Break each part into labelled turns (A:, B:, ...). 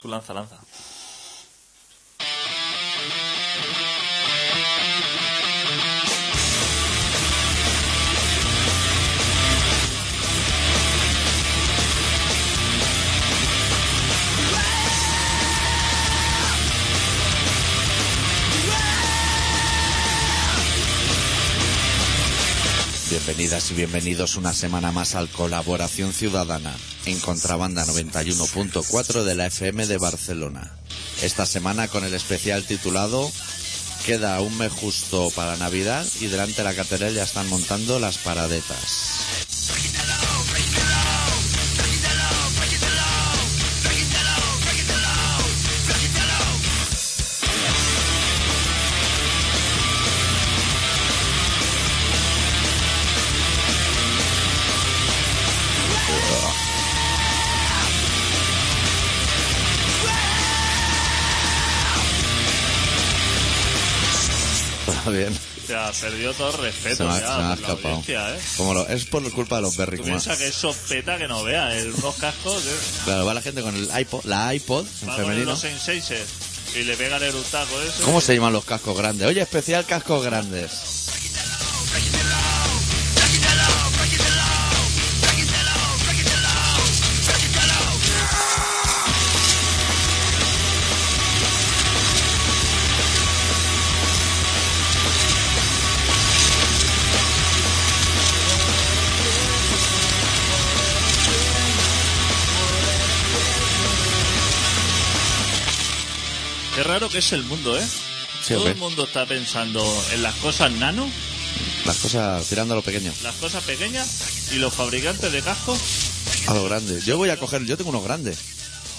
A: Tú lanza, lanza.
B: Bienvenidas y bienvenidos una semana más al Colaboración Ciudadana en Contrabanda 91.4 de la FM de Barcelona. Esta semana con el especial titulado Queda un mes justo para Navidad y delante de la catedral ya están montando las paradetas. Está bien,
A: Se ha perdido todo el respeto
B: se me
A: ya
B: ha, se me ha
A: por la
B: escapado.
A: audiencia, ¿eh?
B: Como lo- es por culpa de los Berry
A: Tú piensas que eso peta que no vea, el, unos cascos... eh,
B: Claro, va la gente con el iPod, la iPod en
A: va con el
B: femenino.
A: dos en seis y le pega el erutaco ese.
B: ¿Cómo se llaman los cascos grandes? Oye, especial cascos grandes.
A: Qué raro que es el mundo, ¿eh?
B: Sí,
A: Todo
B: hombre.
A: el mundo está pensando en las cosas nano,
B: Las cosas tirando a lo pequeño,
A: las cosas pequeñas y los fabricantes de cascos
B: a lo grande. Yo voy a coger, yo tengo unos grandes.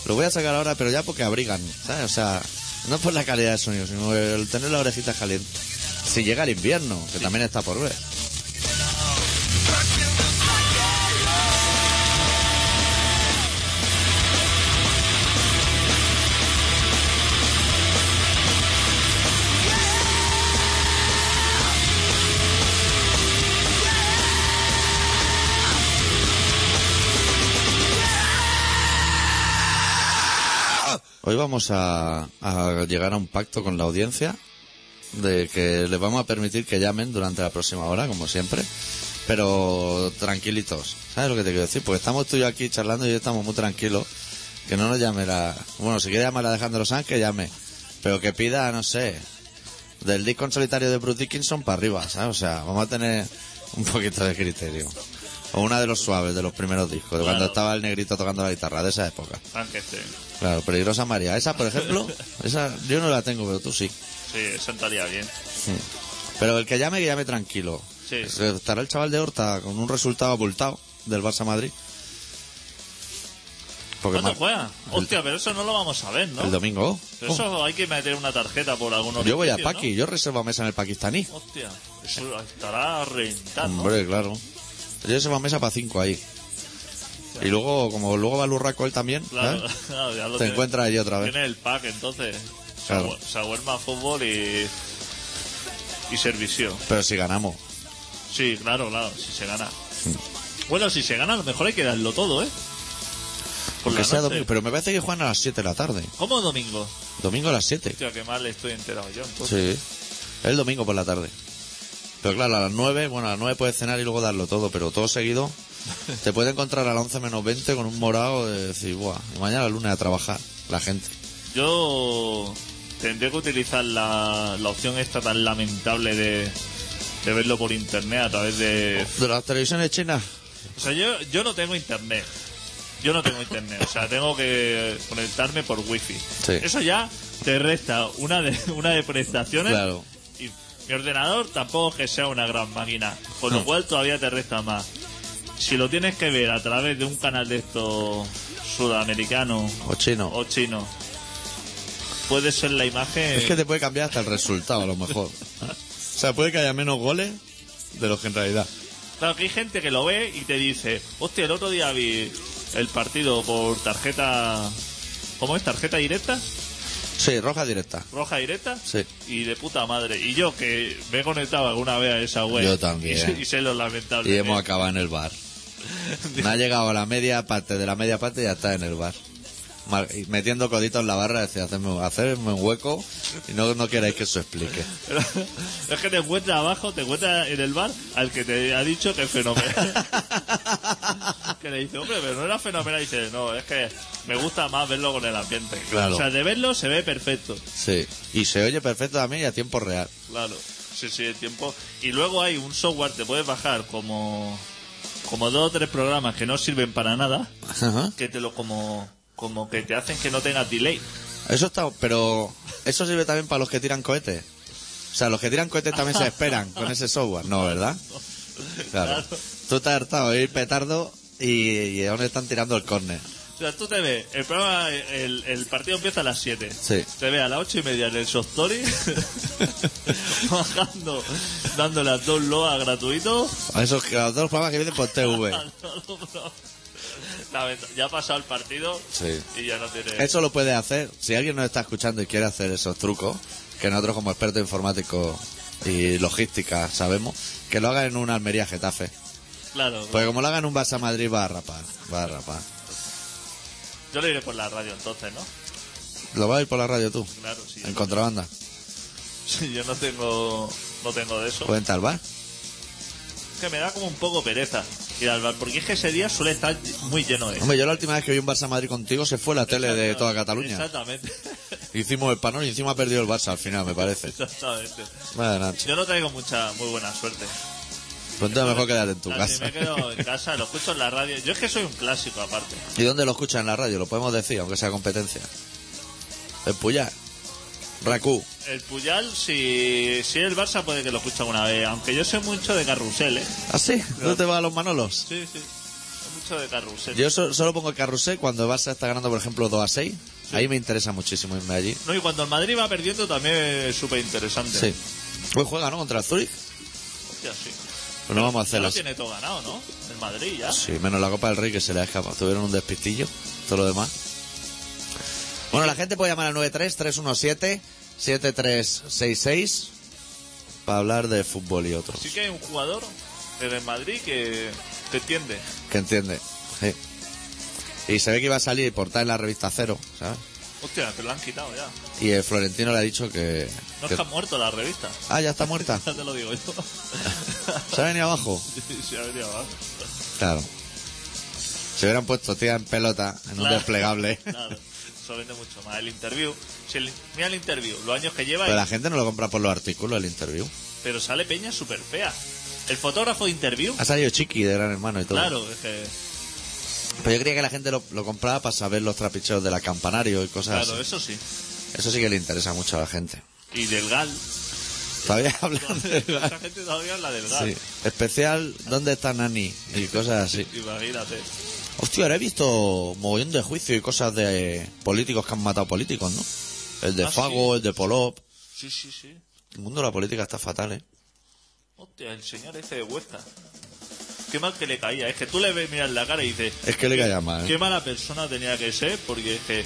B: Los voy a sacar ahora, pero ya porque abrigan, ¿sabes? O sea, no por la calidad de sonido, sino el tener las orejitas calientes. Si llega el invierno, que también está por ver. Hoy vamos a, a llegar a un pacto con la audiencia de que les vamos a permitir que llamen durante la próxima hora, como siempre, pero tranquilitos. ¿Sabes lo que te quiero decir? Porque estamos tú y yo aquí charlando y yo estamos muy tranquilos. Que no nos llame la... Bueno, si quiere llamar a Alejandro Sanz, que llame. Pero que pida, no sé, del disco en solitario de Bruce Dickinson para arriba, ¿sabes? O sea, vamos a tener un poquito de criterio. O una de los suaves, de los primeros discos, de cuando
A: Claro.
B: estaba el negrito tocando la guitarra, de esa época.
A: Frankenstein.
B: Claro, peligrosa María. Esa, por ejemplo, esa yo no la tengo, pero tú sí.
A: Sí, sentaría bien.
B: Pues Pero el que llame, que llame tranquilo.
A: Sí.
B: Estará el chaval de Horta con un resultado abultado del Barça Madrid. Porque
A: ¿Cuándo
B: ma-
A: juega? Hostia, pero eso no lo vamos a ver, ¿no?
B: El domingo.
A: Pero
B: Oh,
A: Eso hay que meter una tarjeta por algunos
B: yo voy a Paki, yo reservo mesa en el pakistaní.
A: Hostia, eso estará reventando.
B: Hombre, claro. Yo reservo mesa para cinco ahí. Y luego, como luego va Lurraco él también,
A: Claro,
B: ¿eh?
A: claro, ya lo
B: te
A: tiene-
B: encuentras allí otra vez.
A: Tiene el pack, entonces.
B: Claro.
A: Sagu- Saguerma Fútbol y. Y Servicio.
B: Pero si ganamos.
A: Sí, claro, claro, si se gana.
B: Mm.
A: Bueno, si se gana, a lo mejor hay que darlo todo, ¿eh? Por
B: Porque
A: la
B: sea
A: noche.
B: domingo. Pero me parece que juegan a las 7 de la tarde.
A: ¿Cómo domingo?
B: Domingo a las 7.
A: Hostia, qué mal estoy enterado yo. entonces.
B: Sí. El domingo por la tarde. Pero claro, a las 9, bueno, a las 9 puedes cenar y luego darlo todo, pero todo seguido te puede encontrar a las 11 menos 20 con un morado de decir, buah, y mañana el lunes a trabajar la gente.
A: Yo tendré que utilizar la, la opción esta tan lamentable de, de verlo por internet a través de...
B: De las televisiones chinas,
A: O sea, yo, yo no tengo internet. Yo no tengo internet. O sea, tengo que conectarme por wifi.
B: Sí.
A: Eso ya te resta una de, una de prestaciones.
B: Claro.
A: Y mi ordenador tampoco es que sea una gran máquina. Con lo
B: No.
A: cual todavía te resta más. Si lo tienes que ver a través de un canal de estos sudamericanos
B: o chino.
A: o chino. Puede ser la imagen.
B: Es que te puede cambiar hasta el resultado a lo mejor. O sea, puede que haya menos goles de los que en realidad.
A: Claro, que hay gente que lo ve y te dice, hostia, el otro día vi el partido por tarjeta. ¿Cómo es? ¿Tarjeta directa?
B: Sí, roja directa.
A: ¿Roja directa?
B: Sí.
A: Y de puta madre. Y yo que me he conectado alguna vez a esa web.
B: Yo también.
A: Y, sé- y sé lo lamentable.
B: Y
A: que
B: hemos
A: es.
B: acabado en el bar. No ha llegado a la media parte de la media parte y ya está en el bar. mar- metiendo coditos en la barra, decía, hacerme, hacerme un hueco y no, no queráis que eso explique.
A: es que te encuentras abajo, te encuentras en el bar al que te ha dicho que es fenomenal. que le dice, hombre, pero no era fenomenal. Y dice, no, es que me gusta más verlo con el ambiente.
B: Claro.
A: O sea, de verlo se ve perfecto.
B: Sí. Y se oye perfecto a mí y a tiempo real.
A: Claro. Sí, sí, el tiempo. Y luego hay un software, te puedes bajar como, como dos o tres programas que no sirven para nada,
B: Ajá.
A: que te lo como, como que te hacen que no tengas delay.
B: Eso está, pero eso sirve también para los que tiran cohetes. O sea, los que tiran cohetes también se esperan con ese software, ¿no? ¿Verdad? Claro. Tú te has hartado de ir petardo y, y aún están tirando el córner.
A: O sea, tú te ves, el, programa, el, el partido empieza a las 7.
B: Sí.
A: Te ves a las 8 y media en el Softori, bajando, dando las dos loas gratuitos.
B: A esos que a todos los programas que vienen por TV.
A: La venta- ya ha pasado el partido
B: Sí.
A: y ya no tiene...
B: Eso lo puede hacer. Si alguien nos está escuchando y quiere hacer esos trucos, que nosotros como expertos informáticos y logística sabemos, que lo hagan en una Almería Getafe.
A: Claro,
B: Porque como lo hagan en un Barça Madrid va a rapar, va a rapar.
A: yo lo iré por la radio entonces, ¿no?
B: Lo vas a ir por la radio tú,
A: Claro, sí.
B: en contrabanda.
A: Sí, yo no tengo no tengo de eso.
B: Pues en tal bar.
A: Es que me da como un poco pereza ir al bar, porque es que ese día suele estar muy lleno de...
B: Hombre, yo la última vez que vi un Barça Madrid contigo se fue la tele de toda Cataluña.
A: Exactamente,
B: Hicimos el panón y encima ha perdido el Barça al final, me parece.
A: exactamente.
B: Vaya Nacho.
A: Yo no traigo mucha muy buena suerte.
B: Pues entonces mejor quedarte en tu
A: Ah, sí,
B: casa.
A: me quedo en casa, lo escucho en la radio. Yo es que soy un clásico aparte.
B: ¿Y dónde lo escuchas en la radio? Lo podemos decir, aunque sea competencia. En Puyar. Rakú.
A: El Puyal, si, si el Barça puede que lo escuche alguna vez, aunque yo sé mucho de carrusel, ¿eh?
B: ¿Ah, sí? ¿No te vas a los Manolos?
A: Sí, sí, sé mucho de carrusel.
B: Yo so- solo pongo el carrusel cuando el Barça está ganando, por ejemplo, 2 a 6. Ahí me interesa muchísimo irme allí.
A: No, y cuando el Madrid va perdiendo también es súper interesante.
B: Sí. Hoy juega, ¿no? Contra el Zurich.
A: Hostia, sí.
B: Pues no vamos a hacer
A: Ya lo
B: las...
A: tiene todo ganado, ¿no? El Madrid ya.
B: Sí, menos la Copa del Rey que se le ha escapado. Tuvieron un despistillo, todo lo demás. Bueno, la gente puede llamar al 93-317-7366 para hablar de fútbol y otros.
A: Sí que hay un jugador en el Madrid que te entiende.
B: Que entiende. Sí. Y se ve que iba a salir y portar en la revista Cero, ¿sabes?
A: Hostia, te lo han quitado ya.
B: Y el Florentino le ha dicho que...
A: No
B: que-
A: está muerto la revista.
B: Ah, ya está muerta.
A: Ya te lo digo yo.
B: ¿Se ha venido abajo?
A: Sí, sí, ha venido abajo.
B: Claro. Se hubieran puesto tía en pelota en un
A: Claro.
B: desplegable.
A: Claro, eso vende mucho más. El interview, si el- mira el interview, los años que lleva,
B: Pero
A: y-
B: la gente no lo compra por los artículos, el interview.
A: pero sale peña súper fea. El fotógrafo de interview,
B: Ha salido Chiqui de Gran Hermano y Ah, todo. Ah,
A: claro, es que,
B: Pero yo creía que la gente lo, lo compraba para saber los trapicheos de la campanario y cosas
A: claro,
B: así.
A: eso sí.
B: Eso sí que le interesa mucho a la gente.
A: Y del GAL,
B: Todavía hablan de...
A: esa gente todavía habla del GAL.
B: Sí. Especial, ¿dónde está Nani? Y cosas así.
A: Imagínate.
B: Hostia, ahora he visto mogollón de juicios y cosas de políticos que han matado políticos, ¿no? El de
A: Ah, sí.
B: Fago, el de Polop.
A: Sí, sí, sí.
B: El mundo de la política está fatal, ¿eh?
A: Hostia, el señor ese de Huesca. Qué mal que le caía. Es que tú le ves mirar la cara y dices,
B: Es que le caía mal, ¿eh?
A: qué mala persona tenía que ser, porque es que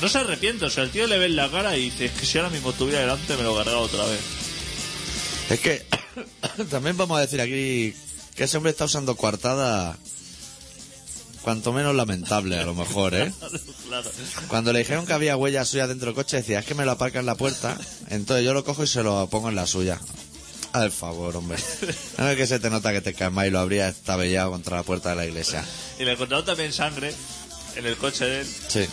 A: no se arrepiente. O sea, el tío le ve en la cara y dice, es que si ahora mismo estuviera delante me lo cargaba otra vez.
B: Es que también vamos a decir aquí que ese hombre está usando coartada cuanto menos lamentable a lo mejor, ¿eh?
A: claro.
B: Cuando le dijeron que había huella suya dentro del coche, decía, es que me lo aparca en la puerta, entonces yo lo cojo y se lo pongo en la suya. Al favor, hombre. No es que se te nota que te calmas y lo habría estabellado contra la puerta de la iglesia.
A: Y le encontraron también sangre en el coche de él.
B: Sí.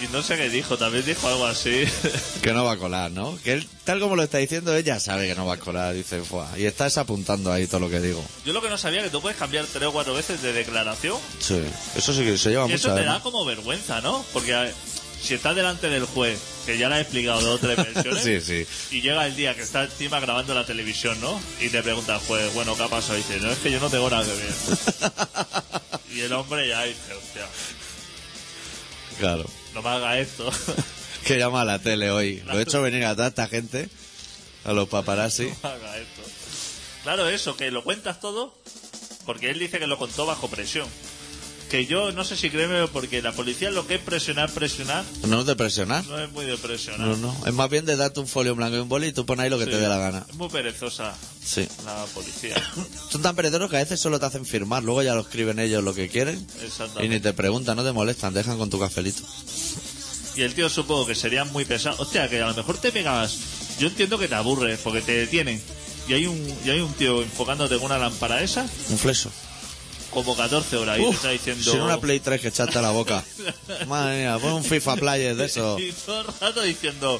A: Y no sé qué dijo, también dijo algo así.
B: Que no va a colar, ¿no? Que él, tal como lo está diciendo, ella sabe que no va a colar, dice, "Buah". Y estás apuntando ahí todo lo que digo.
A: Yo lo que no sabía que tú puedes cambiar tres o cuatro veces de declaración.
B: Sí. Eso sí que se lleva
A: Y
B: mucho,
A: eso te da
B: además.
A: como vergüenza, ¿no? Porque a ver, si estás delante del juez, que ya le he explicado dos o tres versiones,
B: Sí, sí.
A: y llega el día que está encima grabando la televisión, ¿no? Y te pregunta al juez, bueno, ¿qué ha pasado? Y dice, no, es que yo no tengo nada que ver. y el hombre ya dice, hostia,
B: Claro.
A: no me haga esto.
B: Que llama a la tele hoy. Lo he hecho venir a tanta gente, a los paparazzi.
A: haga esto. Claro, eso, que lo cuentas todo, porque él dice que lo contó bajo presión. que yo no sé si créeme porque la policía lo que es presionar, presionar,
B: No es de presionar.
A: no es muy de presionar.
B: No, no. Es más bien de darte un folio en blanco y un boli y tú pones ahí lo que te
A: Sí.
B: dé la gana.
A: Es muy perezosa
B: Sí.
A: la policía.
B: Son tan perezosos que a veces solo te hacen firmar, luego ya lo escriben ellos lo que quieren. Y
A: Exactamente.
B: ni te preguntan, no te molestan, te dejan con tu cafelito.
A: Y el tío supongo que sería muy pesado. Hostia, que a lo mejor te pegabas. Yo entiendo que te aburre, porque te detienen. Y hay un, y hay un tío enfocándote en una lámpara esa,
B: Un fleso.
A: como 14 horas, y te
B: Uf,
A: está diciendo.
B: Sin una Play 3 que echaste a la boca. Madre mía, pon un FIFA Player de eso.
A: Y todo el rato diciendo,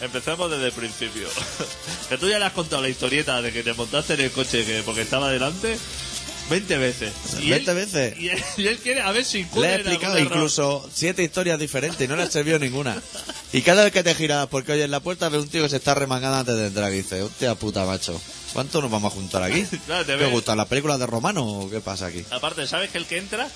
A: empezamos desde el principio. que tú ya le has contado la historieta de que te montaste en el coche que, porque estaba delante 20 veces.
B: 20 veces.
A: Y él, y él quiere a ver si
B: Le
A: incurre
B: he
A: en
B: explicado
A: algún error.
B: incluso siete historias diferentes y no le ha servido ninguna. Y cada vez que te giras, porque oye, en la puerta ve un tío que se está remangando antes de entrar y dice, hostia puta, macho, ¿cuánto nos vamos a juntar aquí?
A: Claro, te
B: ¿Qué
A: ves.
B: gustan las películas de Romano o qué pasa aquí?
A: Aparte, ¿sabes que el que entra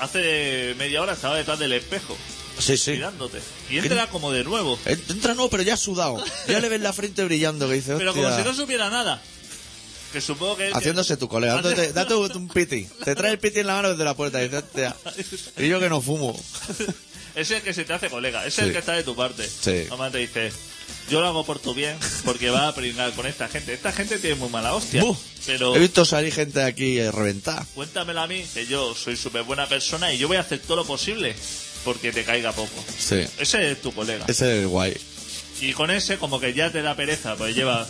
A: hace media hora estaba detrás del espejo,
B: Sí, sí.
A: mirándote? Y entra como de nuevo.
B: Ent- Eh, Entra no, pero ya ha sudado. Ya le ves la frente brillando que dice, hostia,
A: Pero como si no supiera nada. Que supongo que...
B: haciéndose tu colega. Date, date un piti. Te trae el piti en la mano desde la puerta y dice, hostia, y yo que no fumo.
A: Es el que se te hace colega, es
B: Sí.
A: el que está de tu parte.
B: Sí.
A: Además te dice, yo lo hago por tu bien, porque va a pringar con esta gente. Esta gente tiene muy mala hostia.
B: Buh,
A: Pero
B: He visto salir gente aquí eh, reventada.
A: cuéntamela a mí, que yo soy súper buena persona y yo voy a hacer todo lo posible porque te caiga poco.
B: Sí.
A: Ese es tu colega.
B: Ese es el guay.
A: Y con ese como que ya te da pereza, pues lleva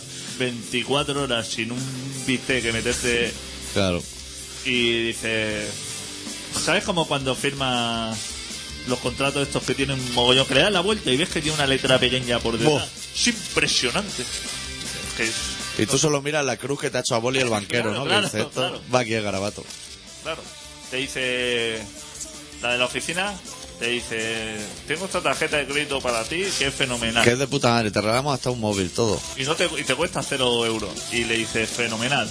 A: 24 horas sin un bistec que meterte
B: Claro.
A: y dice... ¿Sabes como cuando firmas los contratos estos que tienen un mogollón que le das la vuelta y ves que tiene una letra pequeña por detrás?
B: Buah.
A: Es impresionante. Que es-
B: Y tú solo miras la cruz que te ha hecho a Boli el banquero,
A: Claro,
B: ¿no?
A: claro,
B: que dice, esto
A: claro.
B: va aquí el garabato.
A: claro, te dice... La de la oficina te dice... Tengo esta tarjeta de crédito para ti que es fenomenal.
B: Que es de puta madre, te regalamos hasta un móvil, todo.
A: y no te, y te cuesta cero euros. Y le dices, fenomenal.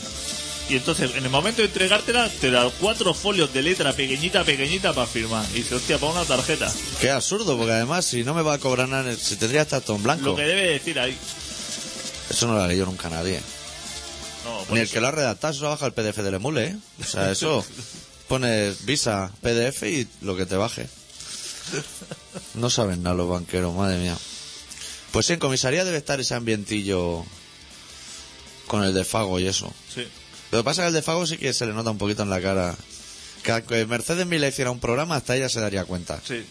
A: Y entonces, en el momento de entregártela, te da cuatro folios de letra pequeñita, pequeñita para firmar. Y dice, hostia, para una tarjeta.
B: Qué absurdo, porque además si no me va a cobrar nada, si tendría hasta todo en blanco.
A: Lo que debe decir ahí.
B: Eso no lo ha leído nunca nadie.
A: No, por
B: Ni el
A: eso.
B: que lo ha redactado, eso lo baja el PDF del emule, ¿eh? O sea, eso. Pones visa, PDF y lo que te baje. No saben nada los banqueros, madre mía. Pues sí, en comisaría debe estar ese ambientillo con el de Fago y eso.
A: Sí.
B: Lo que pasa es que el de Fago sí que se le nota un poquito en la cara. Que aunque Mercedes Mila hiciera un programa, hasta ella se daría cuenta.
A: Sí.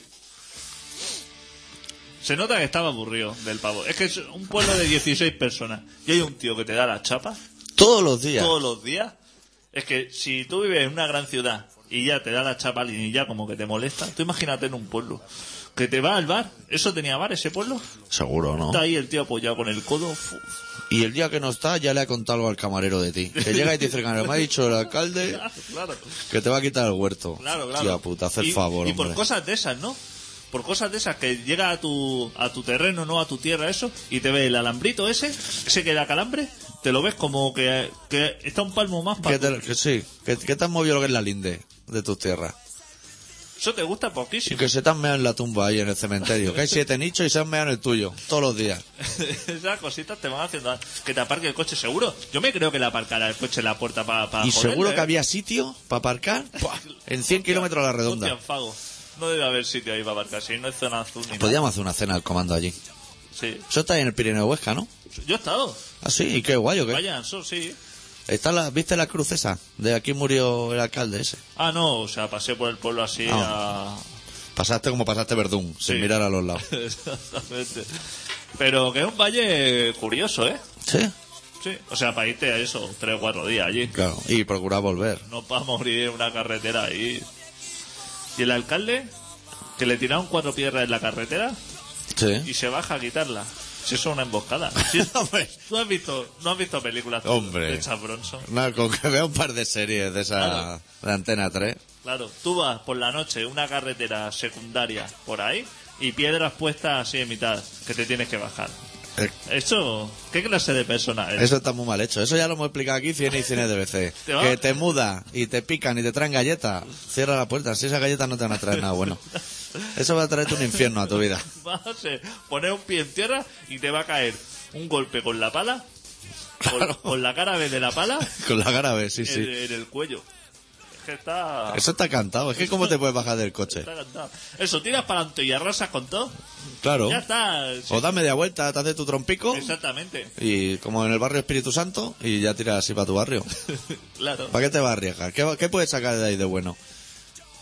A: Se nota que estaba aburrido del pavo. Es que es un pueblo de 16 personas y hay un tío que te da la chapa
B: Todos los días.
A: todos los días. Es que si tú vives en una gran ciudad y ya te da la chapa alguien y ya como que te molesta, tú imagínate en un pueblo que te va al bar. ¿Eso tenía bar ese pueblo?
B: Seguro, ¿no?
A: Está ahí el tío apoyado con el codo. fu-
B: Y el día que no está, ya le ha contado algo al camarero de ti. Que llega y te dice, el camarero, me ha dicho el alcalde
A: Claro, claro.
B: que te va a quitar el huerto.
A: Claro, claro.
B: Tía puta, haz el
A: y,
B: favor,
A: Y por
B: hombre.
A: cosas de esas, ¿no? Por cosas de esas que llega a tu, a tu terreno, no a tu tierra, eso, y te ve el alambrito ese, ese que da calambre, te lo ves como que, que está un palmo más para.
B: Que, te, que sí, que, que te has movido lo que es la linde de tus tierras.
A: Eso te gusta
B: Y
A: poquísimo.
B: que se te han meado en la tumba ahí en el cementerio. Que hay siete nichos y se han meado en el tuyo. Todos los días.
A: Esas cositas te van haciendo que te aparque el coche seguro. Yo me creo que le aparcará el coche en la puerta para.
B: Y seguro
A: ¿eh?
B: que había sitio para aparcar ¡buah! en 100 kilómetros a la redonda.
A: No debe haber sitio ahí para aparcar, si no es zona azul ni nada.
B: Podíamos hacer una cena al comando allí.
A: Sí.
B: Eso está ahí en el Pirineo Huesca, ¿no?
A: Yo he estado.
B: Ah, sí, y qué guayo que
A: Vayan, eso sí.
B: está la, ¿Viste la cruz esa? De aquí murió el alcalde ese.
A: Ah, no, o sea, pasé por el pueblo así
B: Ah.
A: a.
B: Pasaste como pasaste Verdún, sin
A: Sí.
B: mirar a los lados.
A: Exactamente. Pero que es un valle curioso, ¿eh?
B: ¿Sí?
A: Sí. O sea, para irte a eso, tres o cuatro días allí.
B: Claro. Y procurar volver.
A: No para morir en una carretera ahí. Y el alcalde, que le tiraron cuatro piedras en la carretera
B: Sí.
A: y se baja a quitarla. Si eso es una emboscada. Si es- ¿Tú has visto, no has visto películas tú,
B: Hombre.
A: de Charles Bronson?
B: No, con que vea un par de series de esa
A: Claro.
B: de Antena 3.
A: Claro, tú vas por la noche una carretera secundaria por ahí y piedras puestas así en mitad que te tienes que bajar.
B: Eh,
A: Eso, ¿qué clase de persona es?
B: Eso está muy mal hecho. Eso ya lo hemos explicado aquí cien y cien de veces.
A: Te va-
B: que te muda y te pican y te traen galletas. Cierra la puerta. Si esas galletas no te van a traer nada bueno. Eso va a traerte un infierno a tu vida.
A: Vas a ser- poner un pie en tierra y te va a caer un golpe con la pala, con, con la cara de la pala,
B: Con la grave, sí,
A: en,
B: sí.
A: en el cuello. que está...
B: Eso está cantado. Es que cómo te puedes bajar del coche.
A: está cantado. Eso, tiras para adelante y arrasas con todo.
B: Claro.
A: Ya está. sí.
B: O das media vuelta, te haces tu trompico.
A: Exactamente.
B: Y como en el barrio Espíritu Santo, y ya tiras así para tu barrio.
A: Claro.
B: ¿Para qué te vas a arriesgar? ¿Qué, va- qué puedes sacar de ahí de bueno?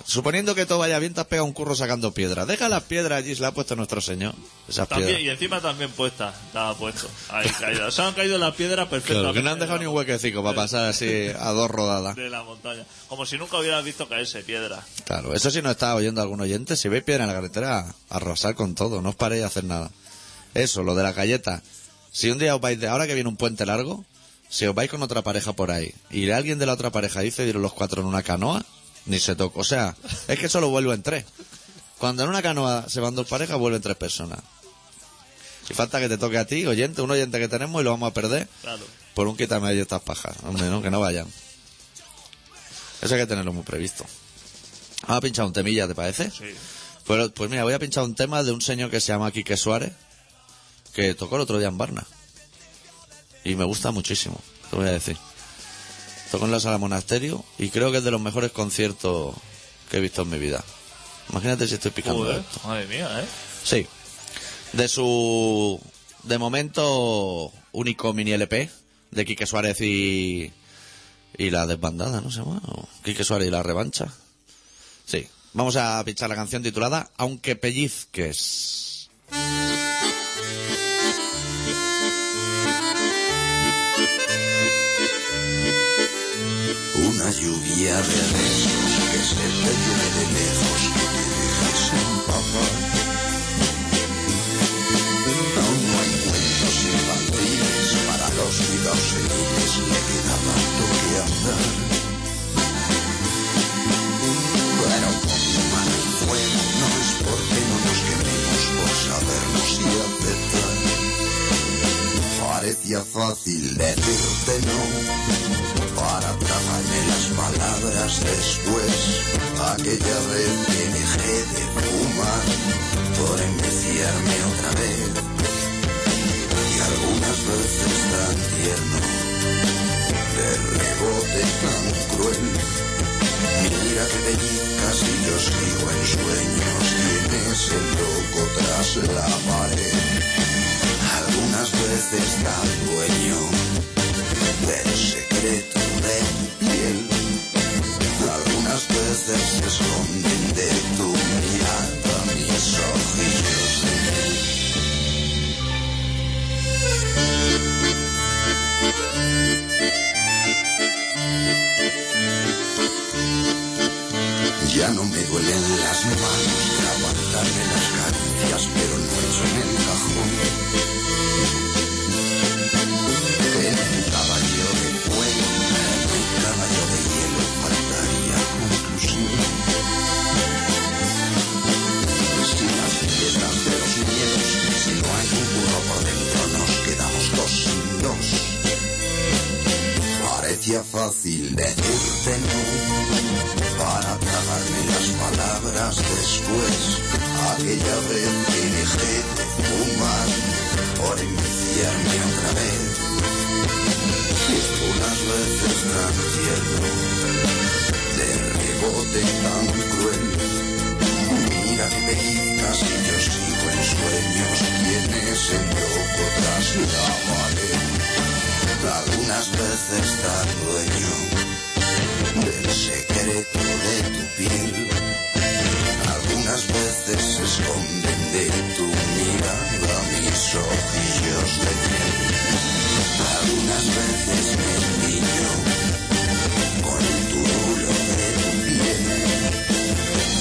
B: Suponiendo que todo vaya bien, te has pegado un curro sacando piedras. Deja las piedras allí, se las ha puesto nuestro señor. Esas
A: También, y
B: piedras.
A: encima también puesta. Estaba puesto. Ahí caída. Se han caído las piedras perfectamente.
B: Claro, que no han dejado ni un huequecico para pasar así a dos rodadas.
A: De la montaña. Como si nunca hubieras visto caerse piedra.
B: Claro, eso sí nos está oyendo algún oyente. Si veis piedra en la carretera, arrasar con todo, no os paréis a hacer nada. Eso, lo de la galleta. Si un día os vais de, ahora que viene un puente largo, si os vais con otra pareja por ahí y alguien de la otra pareja dice ir los cuatro en una canoa, ni se toca. O sea, es que solo vuelven tres. Cuando en una canoa se van dos parejas, vuelven tres personas. Y falta que te toque a ti, oyente, un oyente que tenemos y lo vamos a perder
A: Claro.
B: por un quítame de estas pajas. Hombre, no, que no vayan. Eso hay que tenerlo muy previsto. Vamos a pinchar un temilla, ¿te parece?
A: Sí.
B: Pues, pues mira, voy a pinchar un tema de un señor que se llama Quique Suárez, que tocó el otro día en Barna. Y me gusta muchísimo, te voy a decir. Tocó en la sala monasterio y creo que es de los mejores conciertos que he visto en mi vida. Imagínate si estoy picando
A: Joder,
B: esto.
A: madre mía, ¿eh?
B: Sí. De su, de momento, único mini LP de Quique Suárez y, y la desbandada, ¿no se llama? ¿O Quique Suárez y la revancha. Sí. Vamos a pinchar la canción titulada Aunque pellizques.
C: Una lluvia de besos que se te llueve de lejos y te dejas empapar. Aún no hay cuentos infantiles para los cuidados seniles, le queda tanto que andar. Pero con mi mano al fuego no es porque no nos quememos por sabernos y aceptar. Parecía fácil decirte no para tragarme las palabras después. Aquella vez que dejé de fumar por enviciarme otra vez. Y algunas veces tan tierno, de rebote tan cruel. Mira que pellizcas y yo sigo en sueños. Tienes el loco tras la pared. Algunas veces tan dueño del secreto de tu piel. Algunas veces se esconden de tu mirada mis ojillos de miel. Ya no me duelen las manos de aguantarme las caricias, pero no echo en el cajón. El caballo de fuego, el caballo de hielo, faltaría conclusión. Si las piedras de los miedos, si no hay un burro por dentro, nos quedamos dos sin dos. Parecía fácil decirte no para tragarme las palabras después. Aquella vez que dejé de fumar por enviciarme otra vez. Unas veces tan tierno, de rebote tan cruel. Mira que pellizcas y yo sigo en sueños. ¿Quién es el loco tras la pared? Algunas veces tan dueño del secreto de tu piel. Algunas veces se esconden de tu mirada mis ojillos de piel. Algunas veces me envidio con el turulo de tu piel.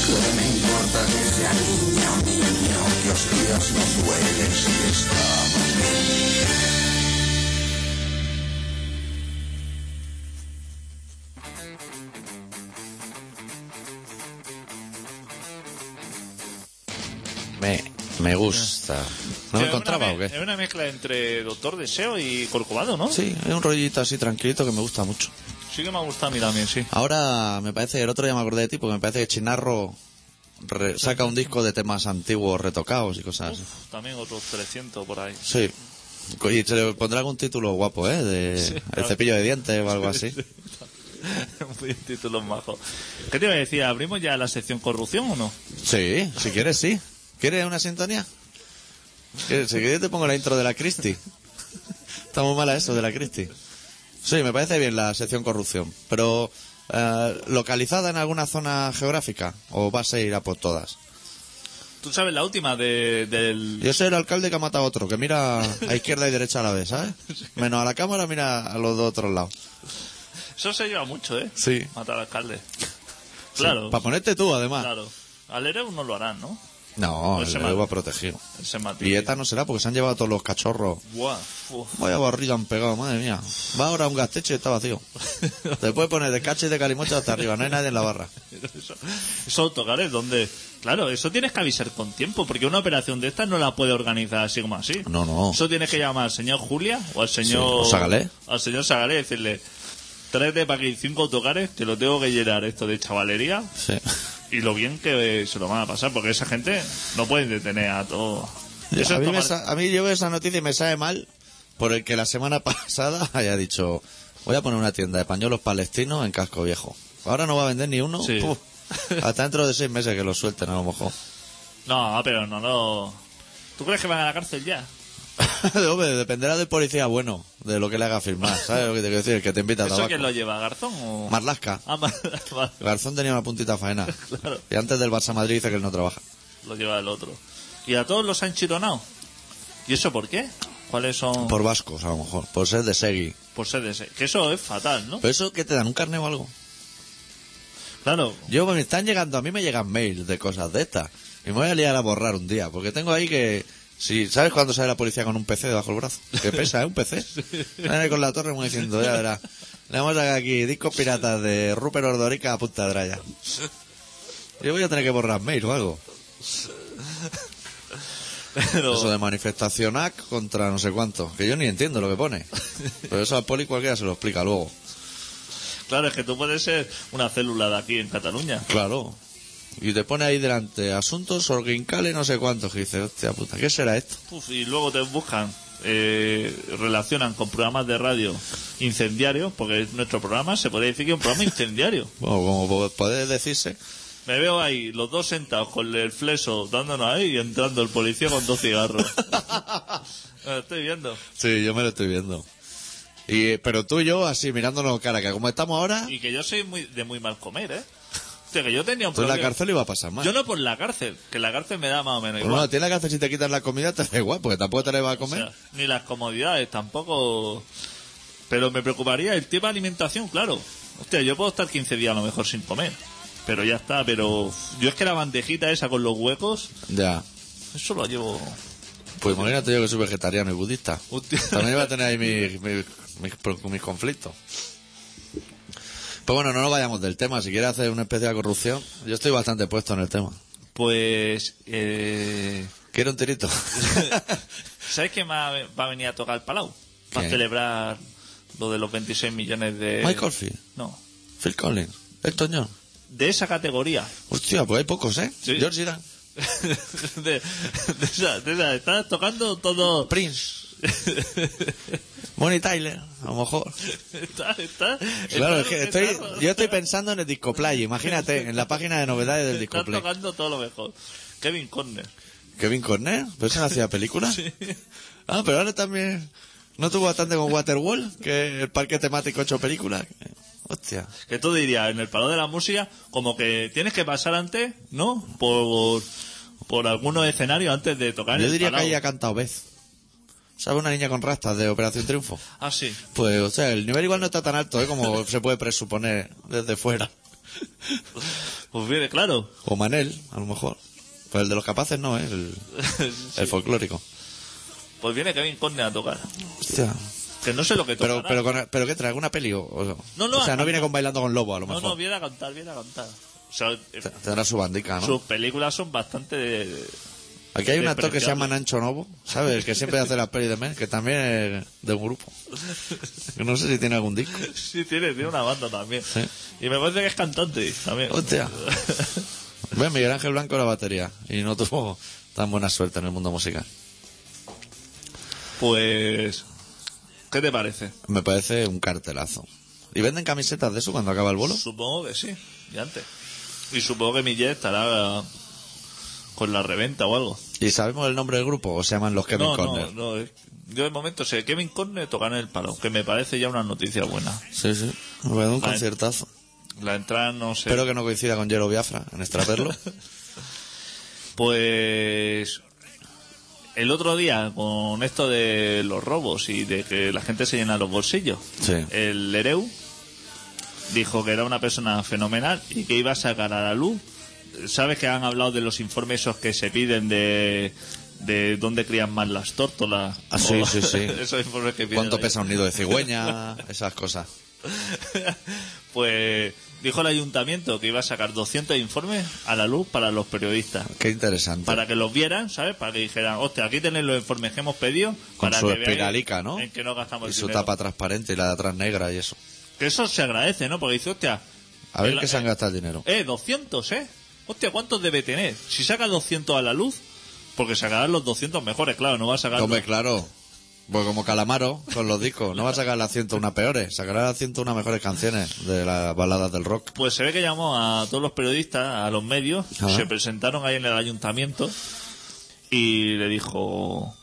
C: ¿Qué me importa que sea niña o niño? Que os días nos duelen si estamos bien.
B: Me, me gusta. ¿No
A: Sí,
B: me
A: es una
B: encontraba
A: eh,
B: o
A: me-
B: qué?
A: Es una mezcla entre Doctor Deseo y Corcovado, ¿no?
B: Sí, es un rollito así tranquilito que me gusta mucho.
A: Sí que me ha gustado a mí también, sí.
B: Ahora me parece, el otro día me acordé de ti porque me parece que Chinarro re- saca un disco de temas antiguos retocados y cosas así.
A: Uf, también otros 300 por ahí.
B: Sí. Y se le pondrá algún título guapo, ¿eh? De
A: Sí,
B: el
A: claro.
B: cepillo de dientes o algo así.
A: Un títulos majos. ¿Qué te iba a decir? ¿Abrimos ya la sección corrupción o no?
B: Sí, si quieres, sí. ¿Quieres una sintonía? ¿Quieres- Si quieres te pongo la intro de la Christie. Está muy mala eso de la Christie. Sí, me parece bien la sección corrupción, pero eh, localizada en alguna zona geográfica o vas a ir a por todas.
A: ¿Tú sabes la última de- del...
B: Yo soy el alcalde que ha matado a otro, que mira a izquierda y derecha a la vez, ¿sabes? Menos a la cámara, mira a los dos otros lados.
A: Eso se lleva mucho, ¿eh?
B: Sí.
A: Matar al alcalde. Claro,
B: Para ponerte tú, además.
A: claro. Al héroe no lo harán, ¿no?
B: No,
A: Pues
B: el
A: se
B: héroe
A: mata.
B: va protegido.
A: Ese matiz.
B: Y ETA no será porque se han llevado todos los cachorros.
A: Buah, uf.
B: Vaya barriga han pegado, madre mía. Va ahora a un gastecho y está vacío. Te puedes poner de cacho y de calimocha hasta arriba, no hay nadie en la barra.
A: Eso- Esos autocares donde... Claro, eso tienes que avisar con tiempo, porque una operación de estas no la puede organizar así como así.
B: No, no.
A: Eso tienes que llamar al señor Julia o al
B: o
A: señor...
B: Sagalé.
A: Al señor Sagalé y decirle, tráete para aquí cinco autocares, que lo tengo que llenar esto de chavalería
B: Sí.
A: y lo bien que se lo van a pasar, porque esa gente no puede detener a todo. Eso
B: a,
A: es
B: mí me
A: tomar-
B: sa- a mí yo veo esa noticia y me sabe mal por el que la semana pasada haya dicho voy a poner una tienda de pañuelos palestinos en casco viejo. Ahora no va a vender ni uno.
A: Sí.
B: Puf. Hasta dentro de seis meses que lo suelten a lo mejor.
A: No, ah, pero no lo... ¿Tú crees que van a la cárcel ya?
B: Hombre, dependerá del policía bueno, de lo que le haga firmar. ¿Sabes lo que te quiero decir? El que te invita a
A: ¿Eso
B: tabaco.
A: quién lo lleva, Garzón o...?
B: Marlasca.
A: Ah, Mar- Mar-
B: Garzón tenía una puntita faena.
A: Claro.
B: Y antes del Barça Madrid dice que él no trabaja.
A: lo lleva el otro. ¿Y a todos los han chironado? ¿Y eso por qué? ¿Cuáles son...?
B: Por vascos, a lo mejor. Por ser de Segui.
A: Por ser de ese- Que eso es fatal, ¿no?
B: ¿Pero eso qué te dan? ¿Un carne o algo?
A: Claro.
B: Yo me están llegando, a mí me llegan mails de cosas de estas. Y me voy a liar a borrar un día. Porque tengo ahí que. Si, ¿Sabes cuándo sale la policía con un PC debajo del brazo? Que pesa, ¿eh? Un PC. Van ahí con la torre muy diciendo, ya verás. Le vamos a sacar aquí discos piratas de Rupert Ordorica a Punta Draya. Yo voy a tener que borrar mail o algo.
A: Pero...
B: Eso de manifestación AC contra no sé cuánto. Que yo ni entiendo lo que pone. Pero eso al poli cualquiera se lo explica luego.
A: Claro, es que tú puedes ser una célula de aquí en Cataluña.
B: Claro. Y te pone ahí delante asuntos orguincales no sé cuántos. Que dice, hostia puta, ¿qué será esto?
A: Uf, y luego te buscan, eh, relacionan con programas de radio incendiarios, porque nuestro programa se puede decir que es un programa incendiario.
B: Bueno, como po- puede decirse.
A: Me veo ahí, los dos sentados con el fleso dándonos ahí y entrando el policía con dos cigarros. Lo estoy viendo.
B: Sí, yo me lo estoy viendo. Y, eh, pero tú y yo así mirándonos cara, que como estamos ahora,
A: Y que yo soy muy, de muy mal comer, ¿eh? O sea, que yo tenía un
B: tú en Pues la
A: problema.
B: cárcel iba a pasar mal.
A: Yo no por la cárcel, que la cárcel me da más o menos
B: Pues
A: igual.
B: bueno, tiene la cárcel si te quitas la comida, te da igual, porque tampoco te la vas a
A: O
B: comer.
A: sea, ni las comodidades tampoco. Pero me preocuparía el tema alimentación, claro. Hostia, yo puedo estar 15 días a lo mejor sin comer. Pero ya está, pero yo es que la bandejita esa con los huecos,
B: ya.
A: eso lo llevo.
B: Pues imagínate yo que soy vegetariano y budista.
A: Hostia.
B: También iba a tener ahí mis, mis, mis- mis conflictos. Pues bueno, no nos vayamos del tema. Si quieres hacer una especie de corrupción, yo estoy bastante puesto en el tema.
A: Pues. eh,
B: Quiero un tirito.
A: ¿Sabes qué más va a venir a tocar el Palau? Para
B: ¿Qué?
A: celebrar lo de los 26 millones de.
B: Michael Field,
A: No.
B: Phil Collins, El Toñón.
A: De esa categoría.
B: Hostia, pues hay pocos, ¿eh?
A: Sí.
B: George Irán.
A: de, de esa, de esa. Estás tocando todo.
B: Prince. Bonnie Tyler, a lo mejor.
A: Está- está- está-
B: Claro, es que
A: está-
B: estoy, yo estoy pensando en el disco play, imagínate, en la página de novedades del disco
A: Están
B: play.
A: tocando todo lo mejor. Kevin Conner.
B: Kevin Corner, pero eso no hacía películas. Ah, pero ahora también. ¿No tuvo bastante con Waterworld? Que el parque temático ha hecho películas. Hostia.
A: Que tú dirías, en el palo de la música, como que tienes que pasar antes, ¿no? Por, por algunos escenarios antes de tocar en
B: Yo
A: el
B: diría que
A: Palau.
B: ahí ha cantado Beth. ¿Sabe una niña con rastas de Operación Triunfo?
A: Ah, sí.
B: Pues, o sea, el nivel igual no está tan alto, ¿eh? Como se puede presuponer desde fuera.
A: Pues viene, claro.
B: O Manel, a lo mejor. Pues el de los capaces no, ¿eh? El, el folclórico.
A: Pues viene Kevin Conner a tocar.
B: Hostia.
A: Que no sé lo que tocará.
B: Pero, pero, con- pero ¿qué trae? ¿Alguna peli? O, o-
A: No, no,
B: o sea,
A: no.
B: no viene con Bailando con Lobo, a lo
A: no,
B: mejor.
A: no, viene a cantar, viene a cantar. O sea, eh,
B: Te- Tendrá su bandica, ¿no?
A: sus películas son bastante... de-
B: Aquí hay un actor que se
A: Despreciable.
B: llama Nacho Novo, ¿sabes? El que siempre hace las pelis de men, que también es de un grupo. Que No sé si tiene algún disco.
A: Sí, tiene, tiene una banda también.
B: Sí.
A: Y me parece que es cantante también.
B: Hostia. Ve Miguel Ángel Blanco la batería y no tuvo tan buena suerte en el mundo musical.
A: Pues... ¿Qué te parece?
B: Me parece un cartelazo. ¿Y venden camisetas de eso cuando acaba el bolo?
A: Supongo que sí, y antes. Y supongo que Millet estará con la reventa o algo.
B: ¿Y sabemos el nombre del grupo o se llaman los Kevin
A: no,
B: Corner?
A: no, no. eh, Yo de momento sé Kevin Corner tocan el palo, que me parece ya una noticia buena.
B: Sí, sí. Me parece un
A: Vale.
B: conciertazo.
A: La entrada no sé.
B: Espero que no coincida con Jero Biafra en Extraperlo.
A: Pues el otro día, con esto de los robos y de que la gente se llena los bolsillos,
B: Sí.
A: el Ereu dijo que era una persona fenomenal y que iba a sacar a la luz. ¿Sabes que han hablado de los informes esos que se piden de, de dónde crían más las tórtolas?
B: Ah, sí,
A: O-
B: sí, sí.
A: esos informes que piden
B: ¿Cuánto
A: ahí.
B: pesa un nido de cigüeña? Esas cosas.
A: pues dijo el ayuntamiento que iba a sacar 200 informes a la luz para los periodistas.
B: Qué interesante.
A: para que los vieran, ¿sabes? Para que dijeran, hostia, aquí tenéis los informes que hemos pedido.
B: Con
A: para
B: su
A: que veáis
B: espiralica, ¿no?
A: En que no gastamos
B: Y
A: el
B: su
A: dinero".
B: tapa transparente y la de atrás negra y eso.
A: Que eso se agradece, ¿no? Porque dice, hostia,
B: A ver
A: El-
B: qué se han gastado el dinero.
A: eh, 200, ¿eh? Hostia, ¿cuántos debe tener? Si saca 200 a la luz, porque sacarán los 200 mejores, claro, no va a sacar...
B: Hombre, claro. Pues como Calamaro con los discos. No va a sacar las 101 peores. Sacará las 101 mejores canciones de las baladas del rock.
A: Pues se ve que llamó a todos los periodistas, a los medios,
B: Ah.
A: se presentaron ahí en el ayuntamiento y le dijo,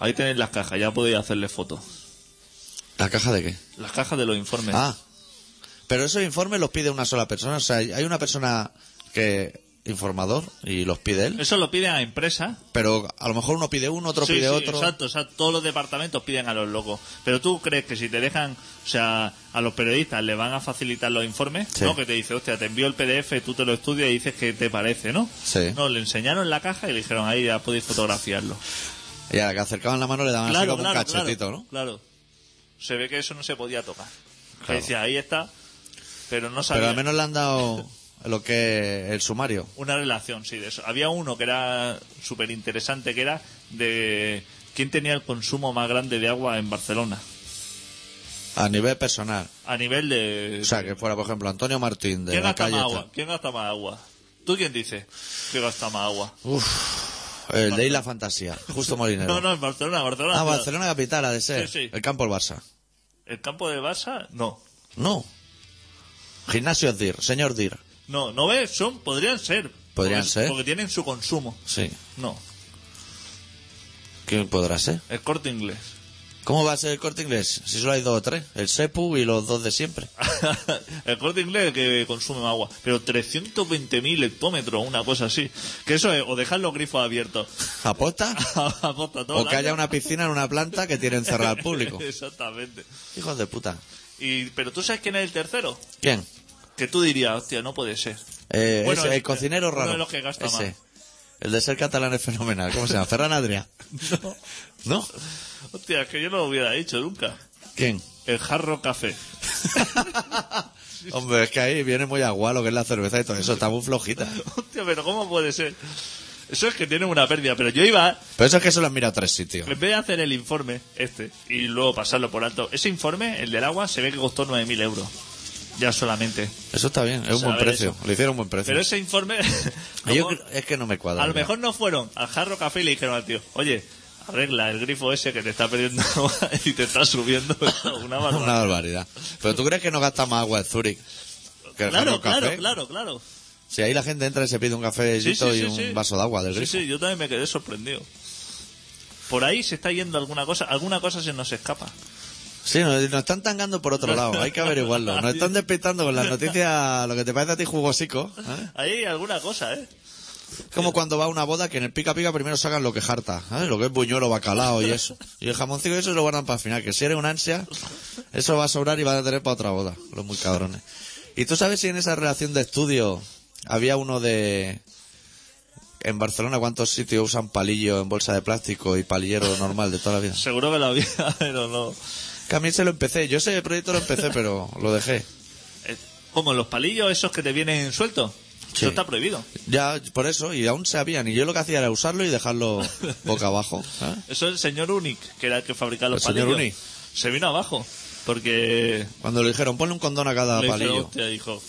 A: ahí tenéis las cajas, ya podéis hacerle fotos.
B: ¿La caja de qué?
A: Las cajas de los informes.
B: Ah. Pero esos informes los pide una sola persona. O sea, hay una persona que informador y los pide él.
A: Eso lo piden a empresas
B: Pero a lo mejor uno pide uno, otro
A: Sí,
B: pide
A: sí,
B: otro.
A: Exacto, o sea, todos los departamentos piden a los locos. Pero tú crees que si te dejan, o sea, a los periodistas le van a facilitar los informes,
B: Sí.
A: ¿no? Que te dice, hostia, te envío el PDF, tú te lo estudias y dices que te parece, ¿no?
B: Sí.
A: No, le enseñaron la caja y le dijeron, ahí ya podéis fotografiarlo.
B: Y a la que acercaban la mano le daban Ah, así
A: claro,
B: como
A: claro,
B: un cachetito,
A: claro,
B: ¿no?
A: claro. Se ve que eso no se podía tocar. Que
B: Claro.
A: decía, ahí está, pero no sabía.
B: Pero al menos le han dado lo que el sumario.
A: Una relación, sí, de eso. Había uno que era súper interesante, que era de quién tenía el consumo más grande de agua en Barcelona.
B: A nivel personal.
A: A nivel de...
B: O sea, que fuera, por ejemplo, Antonio Martín de
A: ¿Quién
B: la
A: gasta
B: calle.
A: más
B: tal.
A: agua? ¿Quién gasta más agua? ¿Tú quién dices que gasta más agua?
B: Eh, El de Isla Fantasía. Justo Molinero.
A: No, no, en Barcelona, Barcelona.
B: Ah,
A: ciudad.
B: Barcelona capital ha de ser.
A: Sí, sí.
B: El campo del Barça.
A: ¿El campo de Barça? No.
B: No. Gimnasio DIR, señor DIR.
A: No, no ves, son, podrían ser.
B: Podrían
A: Porque-
B: ser.
A: Porque tienen su consumo.
B: Sí.
A: No,
B: ¿Quién podrá ser?
A: el corte inglés.
B: ¿Cómo va a ser el corte inglés? Si solo hay dos o tres. El SEPU y los dos de siempre.
A: el corte inglés es el que consume más agua. Pero 320.000 hectómetros, una cosa así. Que eso es, o dejar los grifos abiertos.
B: ¿Aposta?
A: Aposta todo
B: O
A: el
B: que
A: año.
B: haya una piscina en una planta que tiene encerrada al público.
A: Exactamente.
B: Hijos de puta.
A: Y, pero tú sabes quién es el tercero.
B: ¿Quién?
A: Que tú dirías, hostia, no puede ser.
B: Eh,
A: Bueno,
B: ese,
A: el-
B: el cocinero
A: uno
B: raro.
A: de los que gasta
B: Ese.
A: más.
B: El de ser catalán es fenomenal. ¿Cómo se llama? Ferran Adrià. ¿No?
A: Hostia, es que yo no lo hubiera hecho nunca.
B: ¿Quién?
A: El jarro café.
B: Hombre, es que ahí viene muy agua lo que es la cerveza y todo eso. Está muy flojita.
A: Hostia, pero ¿cómo puede ser? Eso es que tienen una pérdida. Pero yo iba,
B: Pero eso es que se lo han mirado a tres sitios.
A: en vez de hacer el informe este y luego pasarlo por alto, ese informe, el del agua, se ve que costó 9.000 euros. Ya solamente.
B: Eso está bien. Es un
A: sea,
B: buen
A: a ver
B: precio. Le hicieron un buen precio. Ah,
A: Pero ese informe...
B: Yo eh,
A: como-
B: cre- es que no me cuadra.
A: a lo
B: mira.
A: mejor no fueron al jarro café y le dijeron al tío, oye, arregla el grifo ese que te está perdiendo agua y te está subiendo una barbaridad.
B: Una barbaridad. Pero tú crees que no gasta más agua en Zurich. que el
A: Claro,
B: Jarro Café?
A: claro, claro, claro.
B: Si ahí la gente entra y se pide un café
A: Sí, sí,
B: y
A: sí,
B: un
A: sí.
B: vaso de agua del
A: Sí,
B: grifo.
A: sí, yo también me quedé sorprendido. Por ahí se está yendo alguna cosa, alguna cosa se nos escapa.
B: Sí, nos, nos están tangando por otro lado, hay que averiguarlo. Nos están despistando con las noticias, lo que te parece a ti jugosico. ¿eh?
A: Ahí hay alguna cosa, ¿eh?
B: Es Como cuando va a una boda que en el pica pica primero sacan lo que jarta, ¿eh? lo que es buñuelo, bacalao y eso. Y el jamoncito y eso lo guardan para el final, que si eres un ansia, eso va a sobrar y va a tener para otra boda, los muy cabrones. ¿Y tú sabes si en esa relación de estudio había uno de... En Barcelona, ¿cuántos sitios usan palillo en bolsa de plástico y palillero normal de toda la vida?
A: Seguro que la había, pero no.
B: Que a mí se lo empecé. Yo ese proyecto lo empecé, pero lo dejé.
A: Eh, Como los palillos esos que te vienen sueltos. Eso está prohibido.
B: Ya, por eso, y aún sabían. Y yo lo que hacía era usarlo y dejarlo boca abajo. ¿eh?
A: Eso es el señor Unic, que era el que fabricaba los
B: El señor
A: palillos.
B: Unic.
A: Se vino abajo, porque
B: Cuando le dijeron, ponle un condón a cada
A: le dijeron,
B: palillo.
A: "Hostia", dijo,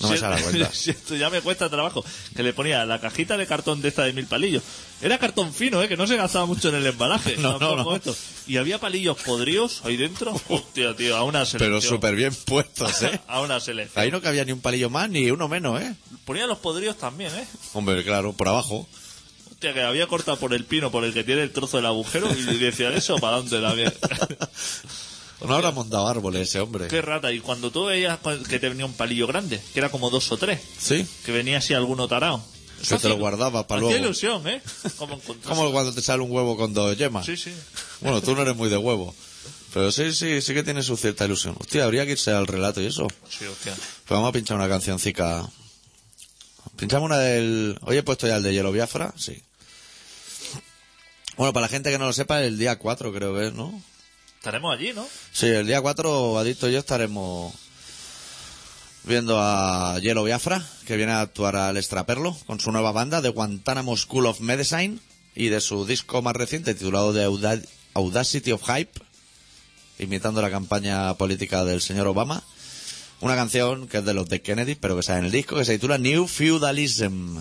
B: No No me sale la cuenta.
A: Si esto ya me cuesta trabajo. Que le ponía la cajita de cartón de esta de mil palillos. Era cartón fino, ¿eh? Que no se gastaba mucho en el embalaje.
B: No, no,
A: Tampoco
B: no.
A: esto. Y había palillos podridos ahí dentro. Hostia, tío, a una selección.
B: Pero súper bien puestos, ¿eh?
A: A una selección.
B: Ahí no cabía ni un palillo más ni uno menos, ¿eh?
A: Ponía los podridos también, ¿eh?
B: Hombre, claro, por abajo.
A: Hostia, que había cortado por el pino, por el que tiene el trozo del agujero. Y decía eso, para dónde la había.
B: No habrá montado árboles ese hombre.
A: Qué rata. Y cuando tú veías que te venía un palillo grande, que era como dos o tres,
B: Sí.
A: que venía así alguno tarao.
B: Que te lo guardaba para
A: Hacía
B: luego.
A: ilusión, ¿eh? Como encontrarse.
B: Como cuando te sale un huevo con dos yemas.
A: Sí, sí.
B: Bueno, tú no eres muy de huevo. Pero sí, sí, sí que tiene su cierta ilusión. Hostia, habría que irse al relato y eso.
A: Sí, hostia.
B: Pues vamos a pinchar una cancioncica. Pinchamos una del. Hoy he puesto ya el de Hielo Biafra, sí. Bueno, para la gente que no lo sepa, el día 4 creo que es, ¿no?
A: Estaremos allí, ¿no?
B: Sí, el día 4, Adicto y yo estaremos viendo a Hielo Biafra, que viene a actuar al Extraperlo con su nueva banda de Guantánamo School of Medicine y de su disco más reciente titulado The Auda- Audacity of Hype, imitando la campaña política del señor Obama. Una canción que es de los de Kennedy, pero que sale en el disco, que se titula New Feudalism.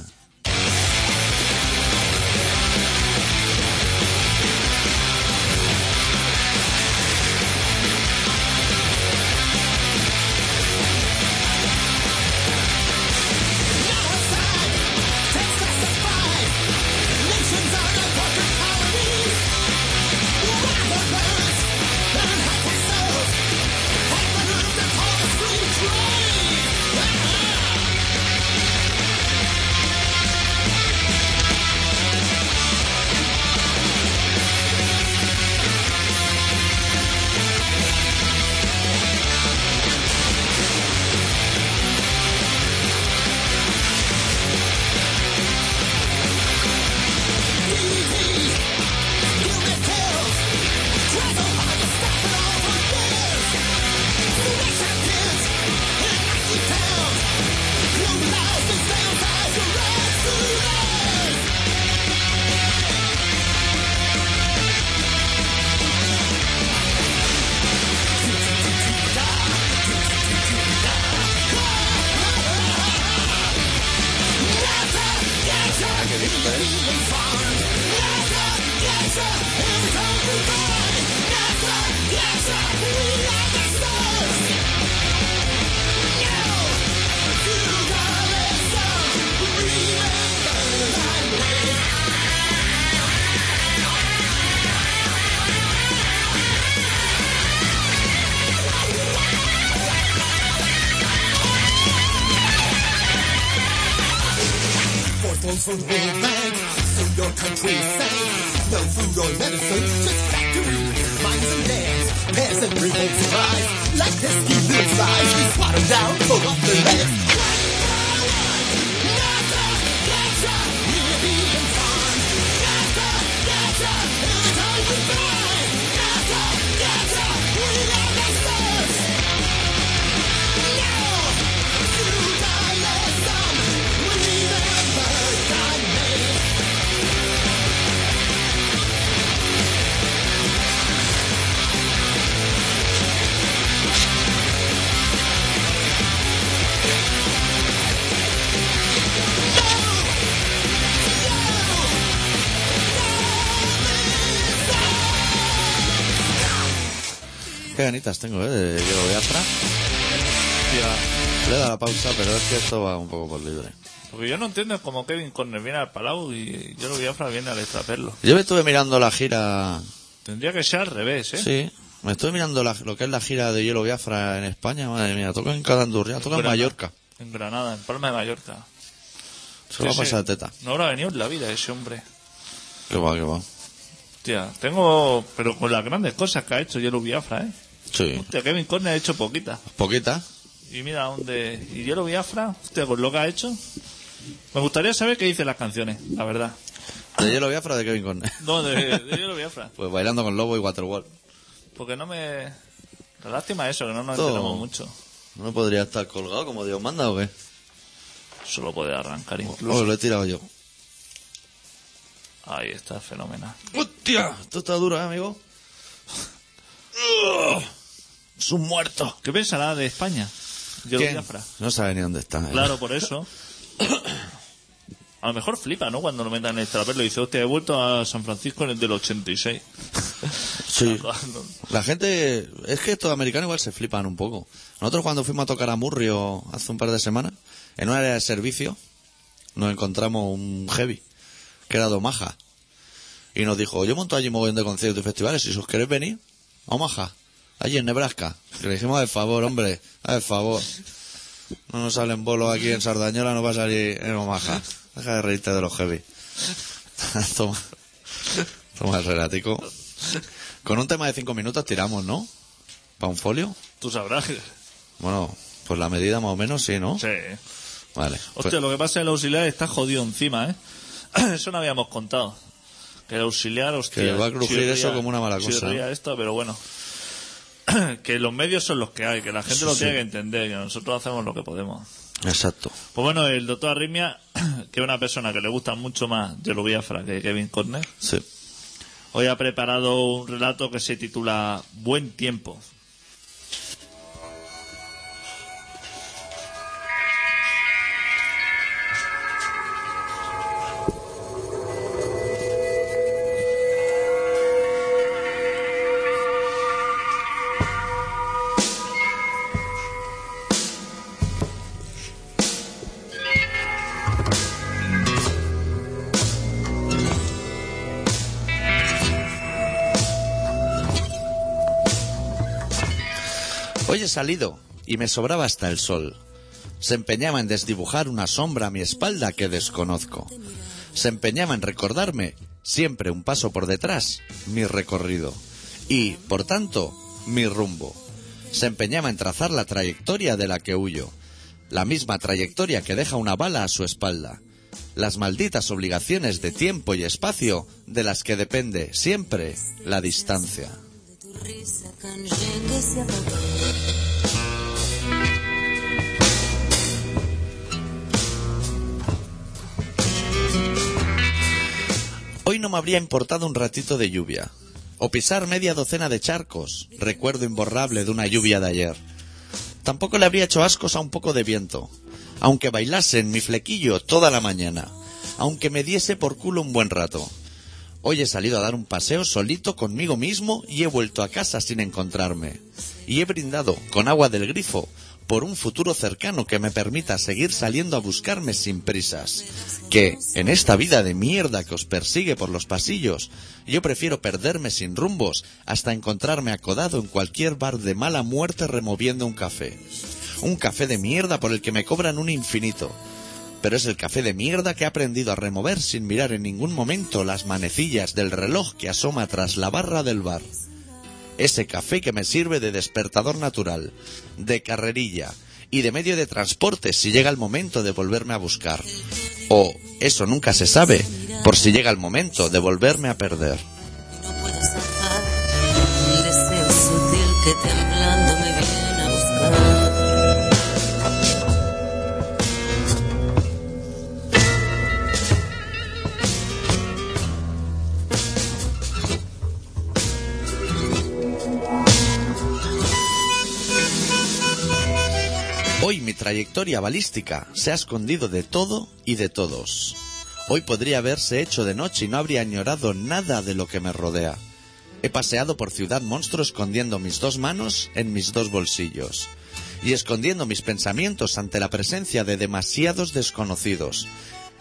B: Qué ganitas tengo, ¿eh? De Hielo Biafra. Le he dado la pausa, pero es que esto va un poco por libre.
A: Lo que yo no entiendo es como Kevin Conner viene al Palau y yo lo voy a viene al extraperlo.
B: Yo me estuve mirando la gira
A: Tendría que ser al revés, ¿eh?
B: Sí, me estoy mirando la- lo que es la gira de Hielo Biafra en España, madre mía, toca en Calandurria, toca en
A: Granada.
B: Mallorca,
A: En Granada, en Palma de Mallorca.
B: se lo va a
A: Sí,
B: pasar
A: sí.
B: teta.
A: No habrá venido en la vida ese hombre.
B: Qué va, qué va.
A: Hostia, tengo... Pero con las grandes cosas que ha hecho Yellow Biafra, ¿eh?
B: Sí,
A: Hostia, Kevin Conner ha hecho poquita.
B: poquita.
A: Y mira dónde... Y Yellow Biafra, hostia, con lo que ha hecho... Me gustaría saber qué dicen las canciones, la verdad.
B: De Hielo Biafra de Kevin Conner.
A: No, de, de Yellow Biafra.
B: Pues bailando con Lobo y Waterworld.
A: Porque no me... La lástima es eso, que no nos
B: Todo.
A: enteramos mucho.
B: ¿No podría estar colgado como Dios manda o qué?
A: Solo puede arrancar incluso.
B: Oh, lo he tirado yo.
A: Ahí está, fenomenal.
B: ¡Hostia! Esto está duro, ¿eh, amigo? ¡Ugh! ¡Es un muerto!
A: ¿Qué pensará de España? Yo
B: ¿Quién?
A: Biafra.
B: No sabe ni dónde está. ¿eh?
A: Claro, por eso. A lo mejor flipa, ¿no? Cuando lo metan en el extraperlo y dice, hostia, he vuelto a San Francisco en el del 86.
B: Sí. La gente, es que estos americanos igual se flipan un poco. Nosotros cuando fuimos a tocar a Murrio hace un par de semanas, en un área de servicio, nos encontramos un heavy, que era de Omaha. Y nos dijo, yo monto allí mogollón de conciertos y festivales, si os queréis venir, a Omaha, allí en Nebraska. Y le dijimos, de favor, hombre, de favor. No nos salen bolos aquí en Sardañola, no va a salir en Omaha. Deja de reírte de los heavy. Toma. Toma el relatico. Con un tema de cinco minutos tiramos, ¿no? ¿Para un folio?
A: Tú sabrás. Sí. ¿eh?
B: Bueno, pues la medida más o menos sí, ¿no? Vale. pues-
A: Hostia, lo que pasa es que el auxiliar está jodido encima, ¿eh? Eso no habíamos contado. Que el auxiliar, hostia.
B: Que va a crujir
A: chirría-
B: eso como una mala cosa, ¿eh?
A: chirría
B: ¿no?
A: esto, pero bueno. que los medios son los que hay, que la gente
B: Eso
A: lo
B: sí.
A: tiene que entender, que nosotros hacemos lo que podemos.
B: Exacto.
A: Pues bueno, el doctor Arritmia, que es una persona que le gusta mucho más Yolo Biafra que Kevin Corner,
B: Sí.
A: hoy ha preparado un relato que se titula Buen tiempo.
B: Hoy he salido y me sobraba hasta el sol. Se empeñaba en desdibujar una sombra a mi espalda que desconozco. Se empeñaba en recordarme, siempre un paso por detrás, mi recorrido. Y, por tanto, mi rumbo. Se empeñaba en trazar la trayectoria de la que huyo. La misma trayectoria que deja una bala a su espalda. Las malditas obligaciones de tiempo y espacio de las que depende siempre la distancia.
D: de tu risa Cuando llegue se apagó.
B: Hoy no me habría importado un ratito de lluvia. O pisar media docena de charcos, recuerdo imborrable de una lluvia de ayer. Tampoco le habría hecho ascos a un poco de viento. Aunque bailase en mi flequillo toda la mañana. Aunque me diese por culo un buen rato. Hoy he salido a dar un paseo solito conmigo mismo y he vuelto a casa sin encontrarme. Y he brindado con agua del grifo por un futuro cercano que me permita seguir saliendo a buscarme sin prisas. Que, en esta vida de mierda que os persigue por los pasillos, yo prefiero perderme sin rumbos hasta encontrarme acodado en cualquier bar de mala muerte removiendo un café. Un café de mierda por el que me cobran un infinito pero es el café de mierda que he aprendido a remover sin mirar en ningún momento las manecillas del reloj que asoma tras la barra del bar. Ese café que me sirve de despertador natural, de carrerilla y de medio de transporte si llega el momento de volverme a buscar. O eso nunca se sabe, por si llega el momento de volverme a perder.
D: Y no puedo zafar un deseo sutil que temblando me viene a buscar.
B: Hoy mi trayectoria balística se ha escondido de todo y de todos. Hoy podría haberse hecho de noche y no habría añorado nada de lo que me rodea. He paseado por Ciudad Monstruo escondiendo mis dos manos en mis dos bolsillos y escondiendo mis pensamientos ante la presencia de demasiados desconocidos.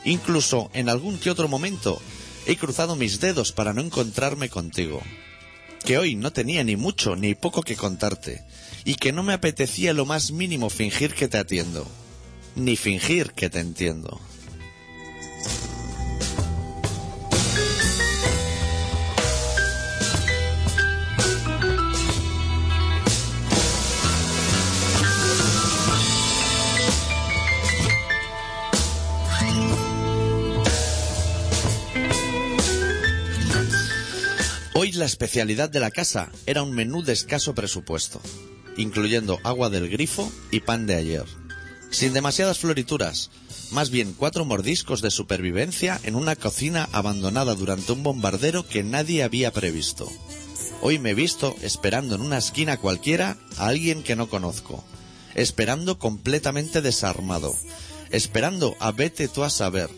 B: Incluso en algún que otro momento he cruzado mis dedos para no encontrarme contigo que hoy no tenía ni mucho ni poco que contarte, y que no me apetecía lo más mínimo fingir que te atiendo, ni fingir que te entiendo. Hoy la especialidad de la casa era un menú de escaso presupuesto, incluyendo agua del grifo y pan de ayer. Sin demasiadas florituras, más bien cuatro mordiscos de supervivencia en una cocina abandonada durante un bombardero que nadie había previsto. Hoy me he visto esperando en una esquina cualquiera a alguien que no conozco, esperando completamente desarmado, esperando a vete tú a saber,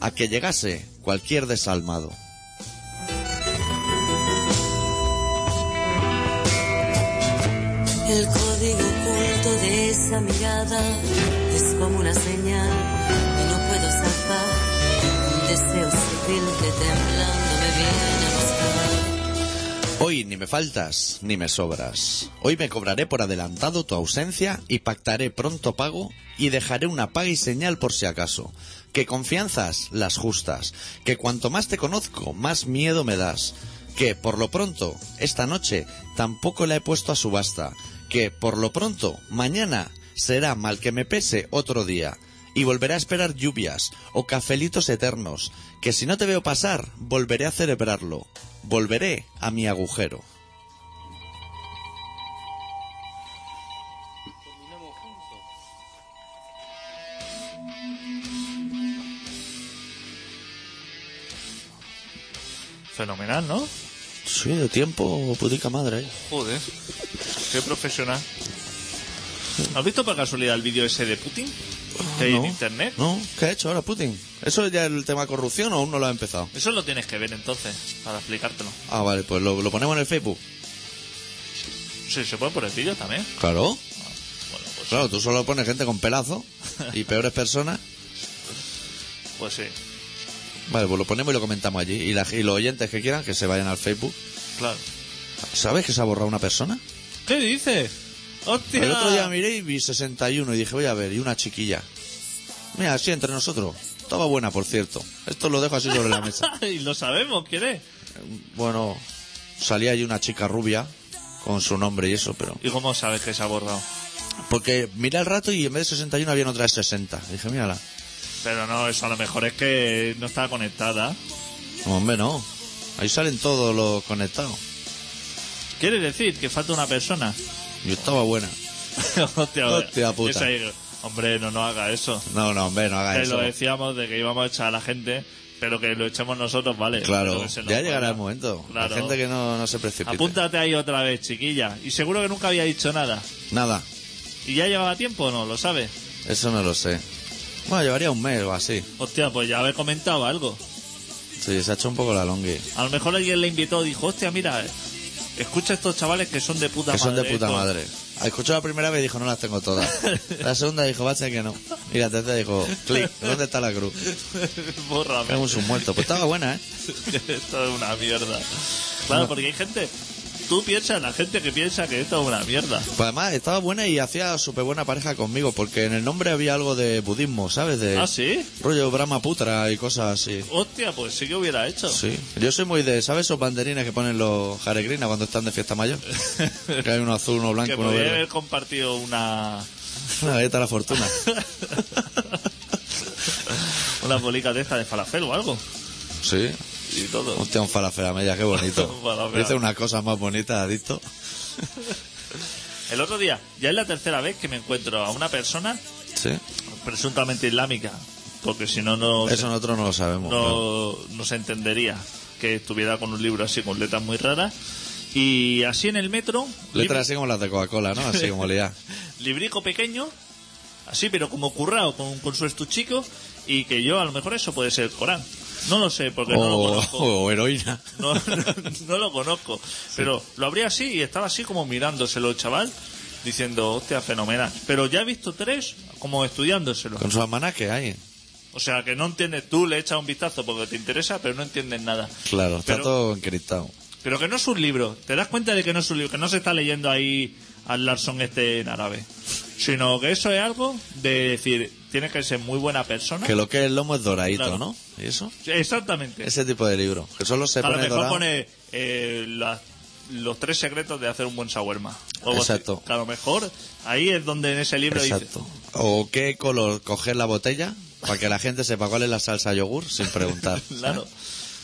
B: a que llegase cualquier desalmado.
D: El código oculto de esa mirada es como una señal y no puedo zafar. Un deseo sutil que temblando me viene a buscar.
B: Hoy ni me faltas ni me sobras. Hoy me cobraré por adelantado tu ausencia y pactaré pronto pago y dejaré una paga y señal por si acaso. Que confianzas las justas, que cuanto más te conozco, más miedo me das. Que por lo pronto, esta noche tampoco la he puesto a subasta. Que por lo pronto, mañana será mal que me pese otro día. Y volveré a esperar lluvias o cafelitos eternos, que si no te veo pasar, volveré a celebrarlo. Volveré a mi agujero.
A: Fenomenal, ¿no?
B: Sí, de tiempo, pudica madre.
A: Joder. Qué profesional. ¿Has visto por casualidad el vídeo ese de Putin? Que hay en internet.
B: No, ¿qué ha hecho ahora Putin? ¿Eso ya es el tema corrupción o aún no lo ha empezado?
A: Eso lo tienes que ver entonces, para explicártelo.
B: Ah, vale, pues lo, lo ponemos en el Facebook.
A: Sí, se puede por el vídeo también.
B: Claro.
A: Bueno, pues,
B: Claro, tú solo pones gente con pelazo y peores personas.
A: pues sí,
B: Vale, pues lo ponemos y lo comentamos allí. Y, la- y los oyentes que quieran que se vayan al Facebook.
A: claro.
B: ¿Sabes que se ha borrado una persona?
A: ¿Qué dices? ¡Hostia!
B: El otro día miré y vi 61 y dije, voy a ver, y una chiquilla. Mira, así entre nosotros. Estaba buena, por cierto. Esto lo dejo así sobre la mesa.
A: y lo sabemos, ¿quién es?
B: Bueno, salía allí una chica rubia con su nombre y eso, pero...
A: ¿Y cómo sabes que se ha borrado?
B: Porque miré al rato y en vez de 61 había otra de 60. Dije, mírala.
A: Pero no, eso a lo mejor es que no está conectada.
B: No, hombre, no. Ahí salen todos los conectados.
A: Quiere decir que falta una persona.
B: Yo estaba buena.
A: Hostia, hombre.
B: Hostia puta.
A: Esa ahí, hombre, no nos haga eso.
B: No, no, hombre, no haga
A: Que lo
B: eso.
A: decíamos de que íbamos a echar a la gente, pero que lo echemos nosotros, vale. Pero
B: Claro,
A: que se nos
B: ya llegará
A: vaya.
B: el momento.
A: Claro.
B: La gente que no, no se precipite.
A: Apúntate ahí otra vez, chiquilla. Y seguro que nunca había dicho nada.
B: Nada,
A: ¿Y ya llevaba tiempo o no? ¿Lo sabes?
B: eso no lo sé. Bueno, llevaría un mes o así.
A: Hostia, pues ya haber comentado algo.
B: Sí, se ha hecho un poco la longue.
A: A lo mejor alguien le invitó, dijo, hostia, mira, eh, escucha a estos chavales que son de puta
B: Que
A: madre.
B: son de puta
A: esto".
B: madre. Ah, Escuchó la primera vez y dijo, no las tengo todas. La segunda dijo, bache que no. Y la tercera dijo, clic, ¿dónde está la cruz?
A: Bórrame.
B: Tenemos un muerto. Pues estaba buena, ¿eh?
A: esto es una mierda. Claro, porque hay gente. Tú piensas, en la gente que piensa que esto es una mierda.
B: Pues además estaba buena y hacía súper buena pareja conmigo, porque en el nombre había algo de budismo, ¿sabes? De
A: ¿Ah, sí?
B: rollo Brahmaputra y cosas así.
A: Hostia, pues sí que hubiera hecho.
B: Sí. Yo soy muy de, ¿sabes esos banderines que ponen los Haregrina cuando están de fiesta mayor? que hay uno azul, uno
A: que
B: blanco, uno
A: podría
B: verde.
A: haber compartido una.
B: Una galleta de la fortuna.
A: una bolica de esta de falafel o algo.
B: Sí.
A: Y todo.
B: Hostia, un falafel a media, qué bonito.
A: Un falafel.
B: Dice una cosa más bonita, adicto.
A: El otro día, ya es la tercera vez que me encuentro a una persona
B: Sí.
A: presuntamente islámica. Porque si no, no.
B: Eso nosotros no lo sabemos. claro.
A: no, no se entendería que estuviera con un libro así con letras muy raras. Y así en el metro,
B: Letras
A: lib-
B: así como las de Coca-Cola, ¿no? Así como leía.
A: librico pequeño, así pero como currado con, con su estuchico, y que yo a lo mejor eso puede ser el Corán. No lo sé, porque no lo
B: O,
A: conozco.
B: o heroína.
A: No, no- no lo conozco. Pero lo abrí así y estaba así como mirándoselo el chaval, diciendo, hostia, fenomenal. Pero ya he visto tres como estudiándoselo.
B: Con su almanaque ahí.
A: O sea, que no entiendes, tú le echas un vistazo porque te interesa, pero no entiendes nada.
B: Claro, está
A: Pero-
B: todo encriptado.
A: Pero que no es un libro. Te das cuenta de que no es un libro, que no se está leyendo ahí al Larson este en árabe. Sino que eso es algo de decir, tienes que ser muy buena persona.
B: Que lo que es el lomo es doradito,
A: Claro.
B: ¿no? ¿Y eso?
A: Exactamente.
B: Ese tipo de libro. Que solo se
A: a lo
B: pone
A: mejor
B: dorado.
A: pone eh, la- los tres secretos de hacer un buen shawarma. O algo así.
B: Exacto.
A: Que a lo mejor ahí es donde en ese libro dice-
B: Exacto. O qué color coger la botella para que la gente sepa cuál es la salsa yogur sin preguntar.
A: Claro.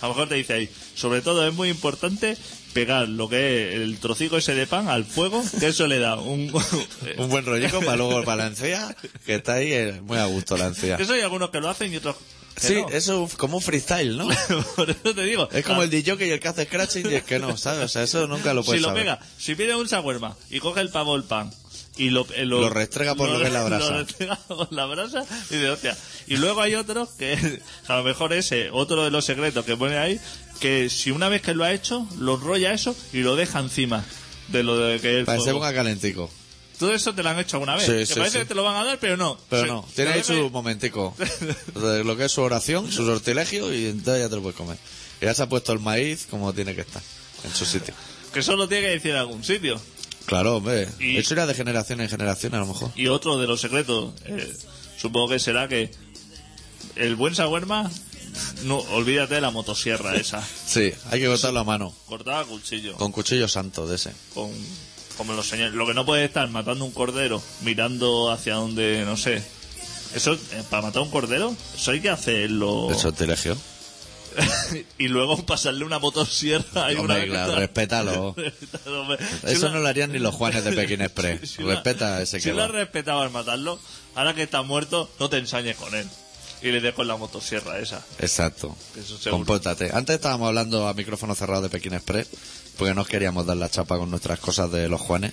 A: A lo mejor te dice ahí, sobre todo es muy importante pegar lo que es el trocico ese de pan al fuego, que eso le da un,
B: Un buen rollico para luego para la encía, que está ahí eh, muy a gusto la encía.
A: Eso hay algunos que lo hacen y otros
B: Sí,
A: no.
B: es un- como un freestyle, ¿no?
A: Por eso te digo.
B: Es como
A: Ah,
B: el DJ y el que hace scratching y el que no, ¿sabes? O sea, eso nunca lo
A: Si
B: puedes
A: lo
B: saber.
A: pega, si pide un shawarma y coge el pavo el pan y lo, eh,
B: Lo restrega por lo que es la brasa.
A: Lo restrega por la brasa y dice, hostia. Y luego hay otro que a lo mejor ese, otro de los secretos que pone ahí, que si una vez que lo ha hecho, lo enrolla eso y lo deja encima de lo de que él.
B: Para que se ponga calentico.
A: Todo eso te lo han hecho alguna vez.
B: Sí,
A: que
B: sí,
A: parece
B: sí.
A: que te lo van a dar, pero no.
B: Pero
A: Sí,
B: no,
A: te
B: tiene
A: lo
B: ahí su
A: deja-
B: momentico. De Lo que es su oración, su sortilegio y entonces ya te lo puedes comer. Y ya se ha puesto el maíz como tiene que estar, en su sitio.
A: Que solo tiene que decir en algún sitio.
B: Claro, hombre.
A: Y-
B: Eso era de generación en generación, a lo mejor.
A: Y otro de los secretos, eh, supongo que será que el buen shawarma, no, olvídate de la motosierra esa,
B: Sí, hay que cortarlo a mano.
A: cortada a cuchillo,
B: Con cuchillo santo de ese.
A: con, como los señores. Lo que no puede estar matando un cordero, mirando hacia donde, no sé. Eso, eh, para matar un cordero, eso hay que hacerlo.
B: El sortilegio.
A: y luego pasarle una motosierra. ahí una
B: Hombre,
A: vez
B: claro,
A: que está-
B: respétalo.
A: Hombre, si
B: Eso
A: una-
B: no lo harían ni los Juanes de Pekín Express.
A: Si lo-
B: Respeta a ese
A: Si
B: que
A: lo
B: va.
A: has respetado al matarlo, ahora que está muerto, no te ensañes con él. Y le dejo la motosierra esa.
B: Exacto.
A: Eso seguro.
B: Compórtate. Antes estábamos hablando a micrófono cerrado de Pekín Express porque nos queríamos dar la chapa con nuestras cosas de los Juanes.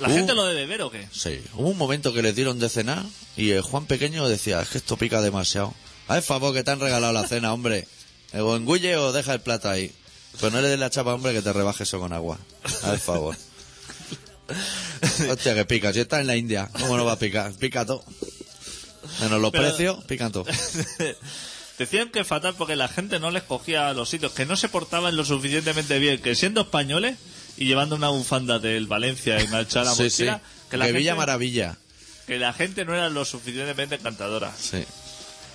A: ¿La
B: Uh.
A: gente lo debe ver o qué?
B: Sí. Hubo un momento que les dieron de cenar y el Juan pequeño decía, es que esto pica demasiado. Haz el favor que te han regalado la cena, hombre. O engulle o deja el plato ahí. Pero no le des la chapa, hombre, que te rebaje eso con agua. Haz el favor. Hostia, que pica. Si está en la India, ¿cómo no va a picar? Pica todo. Menos los
A: Pero-
B: precios, pican todo.
A: Decían que fatal porque la gente no les cogía a los sitios, que no se portaban lo suficientemente bien, que siendo españoles y llevando una bufanda del Valencia y marchar a la
B: Sí, sí.
A: mochila,
B: Que
A: la
B: Villa
A: gente-
B: Maravilla.
A: que la gente no era lo suficientemente encantadora.
B: Sí.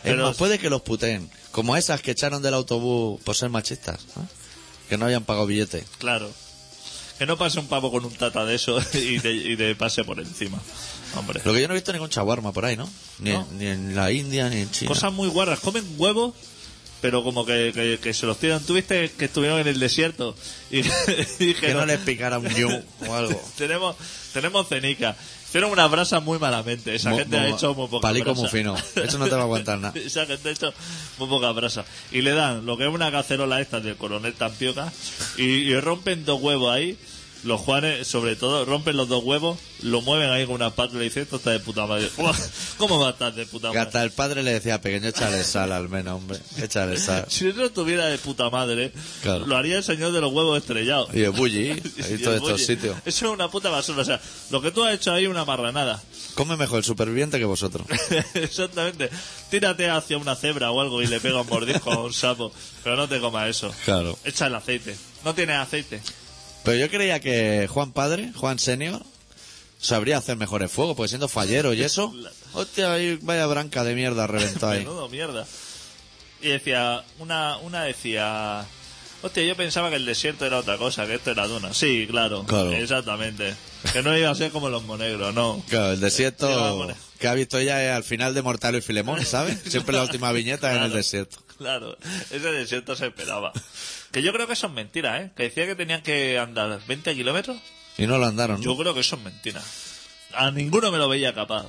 A: Pero-
B: es más, puede que los puteen. Como esas que echaron del autobús por ser machistas. ¿no? Que no habían pagado billete.
A: Claro. Que no pase un pavo con un tata de eso y te, y te pase por encima. Hombre.
B: Lo que yo no he visto ningún chaguarma por ahí, ¿no? Ni,
A: No.
B: En, ni en la India, ni en China.
A: Cosas muy guarras. Comen huevos, pero como que, que- que se los tiran. Tuviste que estuvieron en el desierto y, y
B: que no
A: dijeron,
B: les picara un ñu o algo.
A: tenemos, tenemos cenica. Hicieron una brasa muy malamente. Esa
B: Mo-
A: gente ha
B: mo-
A: hecho muy poca
B: palico
A: brasa.
B: muy fino. Eso no te va a aguantar nada.
A: Esa gente ha hecho muy poca brasa. Y le dan lo que es una cacerola esta del coronel Tampioca y, y rompen dos huevos ahí. Los Juanes, sobre todo, rompen los dos huevos, lo mueven ahí con una espátula y dicen, esto está de puta madre. Uah, ¿Cómo va a estar de puta
B: Que
A: madre?
B: hasta el padre le decía, pequeño, échale sal al menos, hombre. Échale sal.
A: Si eso estuviera de puta madre,
B: Claro.
A: lo haría el señor de los huevos estrellados.
B: Y el bulli,
A: Y
B: y
A: el
B: todos estos
A: bully.
B: sitios.
A: Eso es una puta basura. O sea, lo que tú has hecho ahí es una marranada.
B: Come mejor el superviviente que vosotros.
A: Exactamente. Tírate hacia una cebra o algo y le pega un mordisco a un sapo. Pero no te comas eso.
B: Claro.
A: Echa el aceite. No tienes aceite.
B: Pero yo creía que Juan Padre, Juan Senior, sabría hacer mejores fuegos, porque siendo fallero y eso. Hostia, ahí vaya branca de mierda reventó ahí.
A: Menudo mierda. Y decía, una, una decía, hostia, yo pensaba que el desierto era otra cosa, que esto era duna. Sí, claro.
B: Claro.
A: Exactamente. Que no iba a ser como los monegros, no.
B: Claro, el
A: Sí, vamos,
B: desierto
A: bueno.
B: que ha visto ella es al final de Mortalo y Filemón, ¿sabes? Siempre la última viñeta es en el
A: Claro.
B: desierto.
A: Claro, ese desierto se esperaba. Que yo creo que eso es mentira, ¿eh? Que decía que tenían que andar 20 kilómetros.
B: Y no lo andaron, ¿no?
A: Yo creo que eso es mentira. A ninguno me lo veía capaz.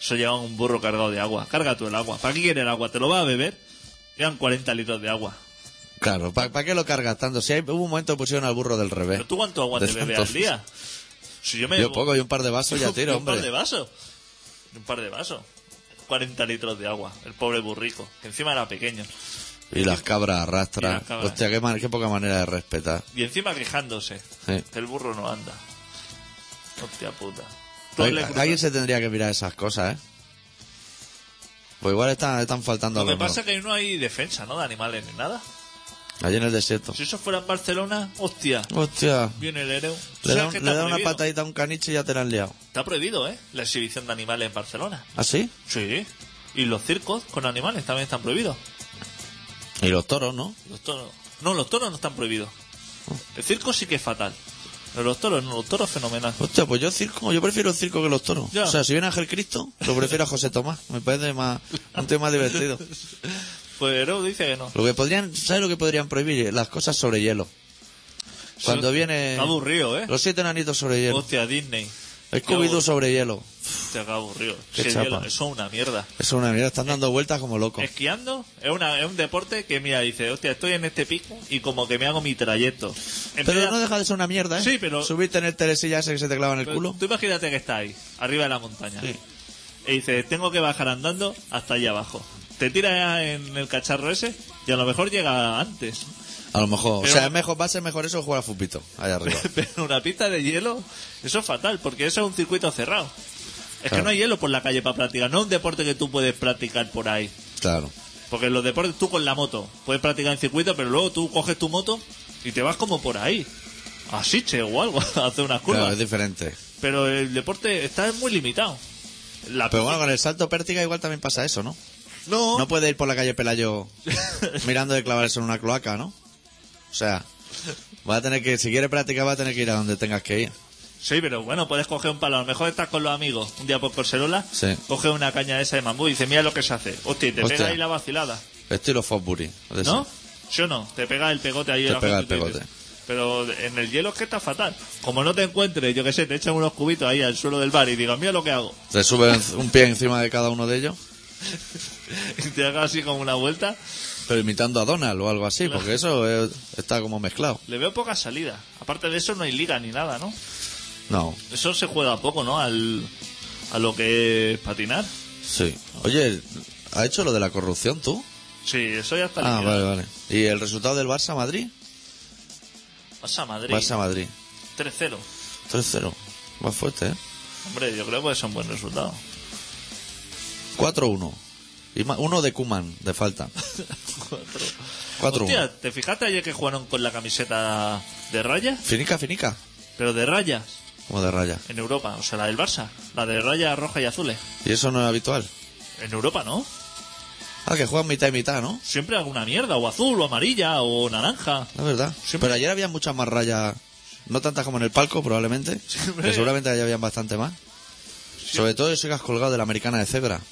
A: Eso llevaba un burro cargado de agua. Carga tú el agua. ¿Para qué quiere el agua? ¿Te lo va a beber? Eran 40 litros de agua.
B: Claro, ¿para qué lo cargas tanto? Si hay, hubo un momento que pusieron al burro del revés.
A: ¿Pero tú cuánto agua
B: De
A: te bebes
B: tanto-
A: al día? Si yo me
B: Yo poco, y un par de vasos ya tiro,
A: Un par de
B: hombre.
A: vasos. Un par de vasos. 40 litros de agua. El pobre burrico. Que encima era pequeño.
B: Y las cabras arrastran.
A: Y las cabras.
B: Hostia, qué, man- qué poca manera de respetar.
A: Y encima quejándose.
B: Sí.
A: Que el burro no anda. Hostia puta. Tú
B: Oye,
A: le
B: a-
A: cruzas-
B: alguien Pues se tendría que mirar esas cosas, ¿eh? Pues igual están, están faltando
A: Lo
B: a
A: que
B: lo nuevo.
A: pasa es que no hay defensa, ¿no? De animales ni nada.
B: Allí en el desierto.
A: Si eso fuera en Barcelona, hostia,
B: Hostia.
A: viene el héroe.
B: Le
A: ¿Sabes
B: da,
A: que
B: un-
A: está
B: le da una
A: prohibido?
B: patadita a un caniche y ya te la han liado.
A: Está prohibido, ¿eh? La exhibición de animales en Barcelona.
B: ¿Ah, sí?
A: Sí. Y los circos con animales también están prohibidos.
B: Y los toros, ¿no?
A: Los toros. No, los toros no están prohibidos. El circo sí que es fatal. Pero los toros, no, los toros fenomenal.
B: Hostia, pues yo circo, yo prefiero el circo que los toros.
A: Ya.
B: O sea, si viene Ángel Cristo, lo prefiero a José Tomás. Me parece más, un tema divertido.
A: Pues Hereu dice que no.
B: Lo que podrían, ¿sabes lo que podrían prohibir? Las cosas sobre hielo. Cuando
A: Eso
B: viene
A: Está aburrido, ¿eh?
B: los siete enanitos sobre hielo,
A: Hostia, Disney.
B: Scooby-Doo sobre hielo.
A: Hostia, qué aburrido.
B: Qué
A: Si el
B: chapa.
A: hielo- eso es una mierda.
B: Es una mierda, están dando vueltas como loco.
A: Esquiando es, una, es un deporte que, mira, dice, hostia, estoy en este pico y como que me hago mi trayecto. En vez
B: Pero
A: de-
B: no deja de ser una mierda, ¿eh?
A: Sí, pero-
B: Subirte en el telesilla ese que se te clava en el
A: Pero
B: culo.
A: Tú imagínate que estás ahí, arriba de la montaña.
B: Sí.
A: Y dices, tengo que bajar andando hasta allá abajo. Te tiras en el cacharro ese y a lo mejor llega antes.
B: A lo mejor.
A: Pero-
B: O sea, es mejor, va a ser mejor eso que jugar a futbito, allá arriba.
A: Pero una pista de hielo, eso es fatal, porque eso es un circuito cerrado. Es que
B: Claro.
A: no hay hielo por la calle para practicar, no es un deporte que tú puedes practicar por ahí.
B: claro.
A: Porque los deportes tú con la moto puedes practicar en circuito, pero luego tú coges tu moto y te vas como por ahí. Así, che, o algo, a hacer unas
B: Claro,
A: curvas.
B: es diferente.
A: Pero el deporte está muy limitado. La
B: Pero bueno, con el salto pértiga igual también pasa eso, ¿no?
A: no,
B: No puede ir por la calle Pelayo mirando de clavarse en una cloaca, ¿no? O sea, va a tener que, si quiere practicar, va a tener que ir a donde tengas que ir.
A: Sí, pero bueno, puedes coger un palo. A lo mejor estás con los amigos un día por Corserola,
B: Sí.
A: coges una caña de esa de mambú y dices, mira lo que se hace. Hostia, y te
B: Hostia.
A: pega ahí la vacilada,
B: Estilo Fosbury. de ese.
A: ¿no? ¿Sí o no? Te pega el pegote ahí.
B: Te
A: en la
B: pega
A: frente
B: el
A: y te
B: pegote.
A: dices, Pero en el hielo es que está fatal. Como no te encuentres, yo que sé, te echan unos cubitos ahí al suelo del bar y digas, mira lo que hago.
B: Te sube un pie encima de cada uno de ellos,
A: Y te hagas así como una vuelta.
B: pero imitando a Donald o algo así, porque eso eh, está como mezclado.
A: Le veo poca salida. Aparte de eso, no hay liga ni nada, ¿no?
B: No,
A: Eso se juega poco, ¿no? Al, a lo que es patinar.
B: sí. Oye, ¿ha hecho lo de la corrupción tú?
A: Sí, eso ya está
B: Ah,
A: liquidado.
B: vale, vale. ¿Y el resultado del Barça-Madrid?
A: Barça Madrid,
B: Barça-Madrid.
A: 3-0.
B: 3-0. Más fuerte, ¿eh?
A: Hombre, yo creo que es un buen resultado.
B: 4-1. Y ma- uno de Kuman, de falta.
A: Cuatro.
B: 4-1.
A: Hostia, ¿te fijaste ayer que jugaron con la camiseta de raya?
B: Finica, finica.
A: Pero de raya,
B: Como de raya.
A: en Europa, o sea, la del Barça, la de raya roja y azules.
B: Y eso no es habitual.
A: En Europa, ¿no?
B: Ah, que juegan mitad y mitad, ¿no?
A: Siempre alguna mierda, o azul, o amarilla, o naranja.
B: Es verdad.
A: Siempre-
B: Pero ayer había muchas más rayas. No tantas como en el palco, probablemente.
A: Siempre.
B: Pero seguramente ayer habían bastante más. Sobre todo ese que has colgado de la americana de cebra.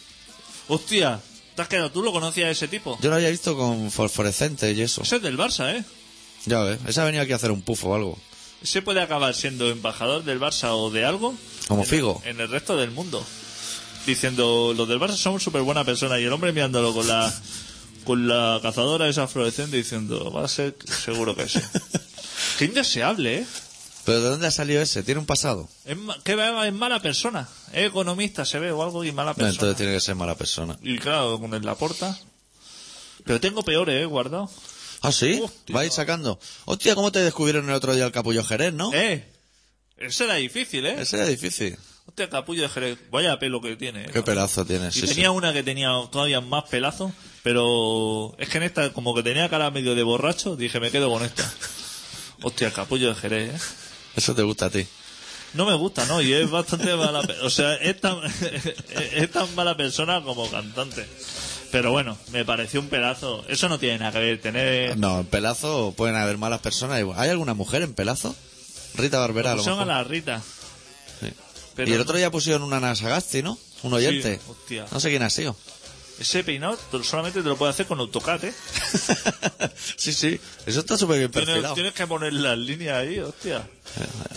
A: Hostia, ¿te has quedado tú? ¿Lo conocías ese tipo?
B: Yo lo había visto con fosforescente y eso.
A: Ese es del Barça, ¿eh?
B: Ya ves. Ese ha venido aquí a hacer un pufo o algo.
A: Ese puede acabar siendo embajador del Barça o de algo
B: Como
A: en-
B: Figo.
A: en el resto del mundo. Diciendo, los del Barça son súper buena persona y el hombre mirándolo con la con la cazadora esa fluorescente diciendo, va a ser seguro que sí. Qué indeseable, ¿eh?
B: Pero ¿de dónde ha salido ese? Tiene un pasado.
A: Es ma- que va- es mala persona. Es economista, se ve, o algo, y mala
B: No,
A: persona.
B: entonces tiene que ser mala persona.
A: Y claro, con el Laporta. Pero tengo peores, ¿eh? Guardado.
B: ¿Ah, sí?
A: Hostia.
B: ¿Vais sacando? Hostia, ¿cómo te descubrieron el otro día el capullo Jerez, no?
A: ¡Eh! Ese era difícil, ¿eh?
B: Ese era difícil.
A: Hostia, capullo de Jerez. Vaya pelo que tiene. ¿eh?
B: Qué pelazo tienes.
A: Y
B: sí, sí.
A: tenía una que tenía todavía más pelazo, pero es que en esta, como que tenía cara medio de borracho, dije, me quedo con esta. Hostia, el capullo de Jerez, ¿eh?
B: Eso te gusta a ti.
A: No me gusta, ¿no? Y es bastante mala... pe- O sea, es tan, es tan mala persona como cantante. Pero bueno, me pareció un pedazo. Eso no tiene nada que ver, tener...
B: No, en Pelazo pueden haber malas personas. igual. ¿Hay alguna mujer en Pelazo? Rita Barbera, a lo
A: Son a
B: mejor.
A: la Rita.
B: Sí.
A: Pero
B: y el
A: no-
B: otro día pusieron una Nasagasti, ¿no? Un oyente.
A: hostia.
B: No sé quién ha sido.
A: Ese peinado tú solamente te lo puedes hacer con AutoCAD, ¿eh?
B: sí, sí. Eso está súper bien
A: Tienes,
B: perfilado.
A: tienes que poner las líneas ahí, hostia.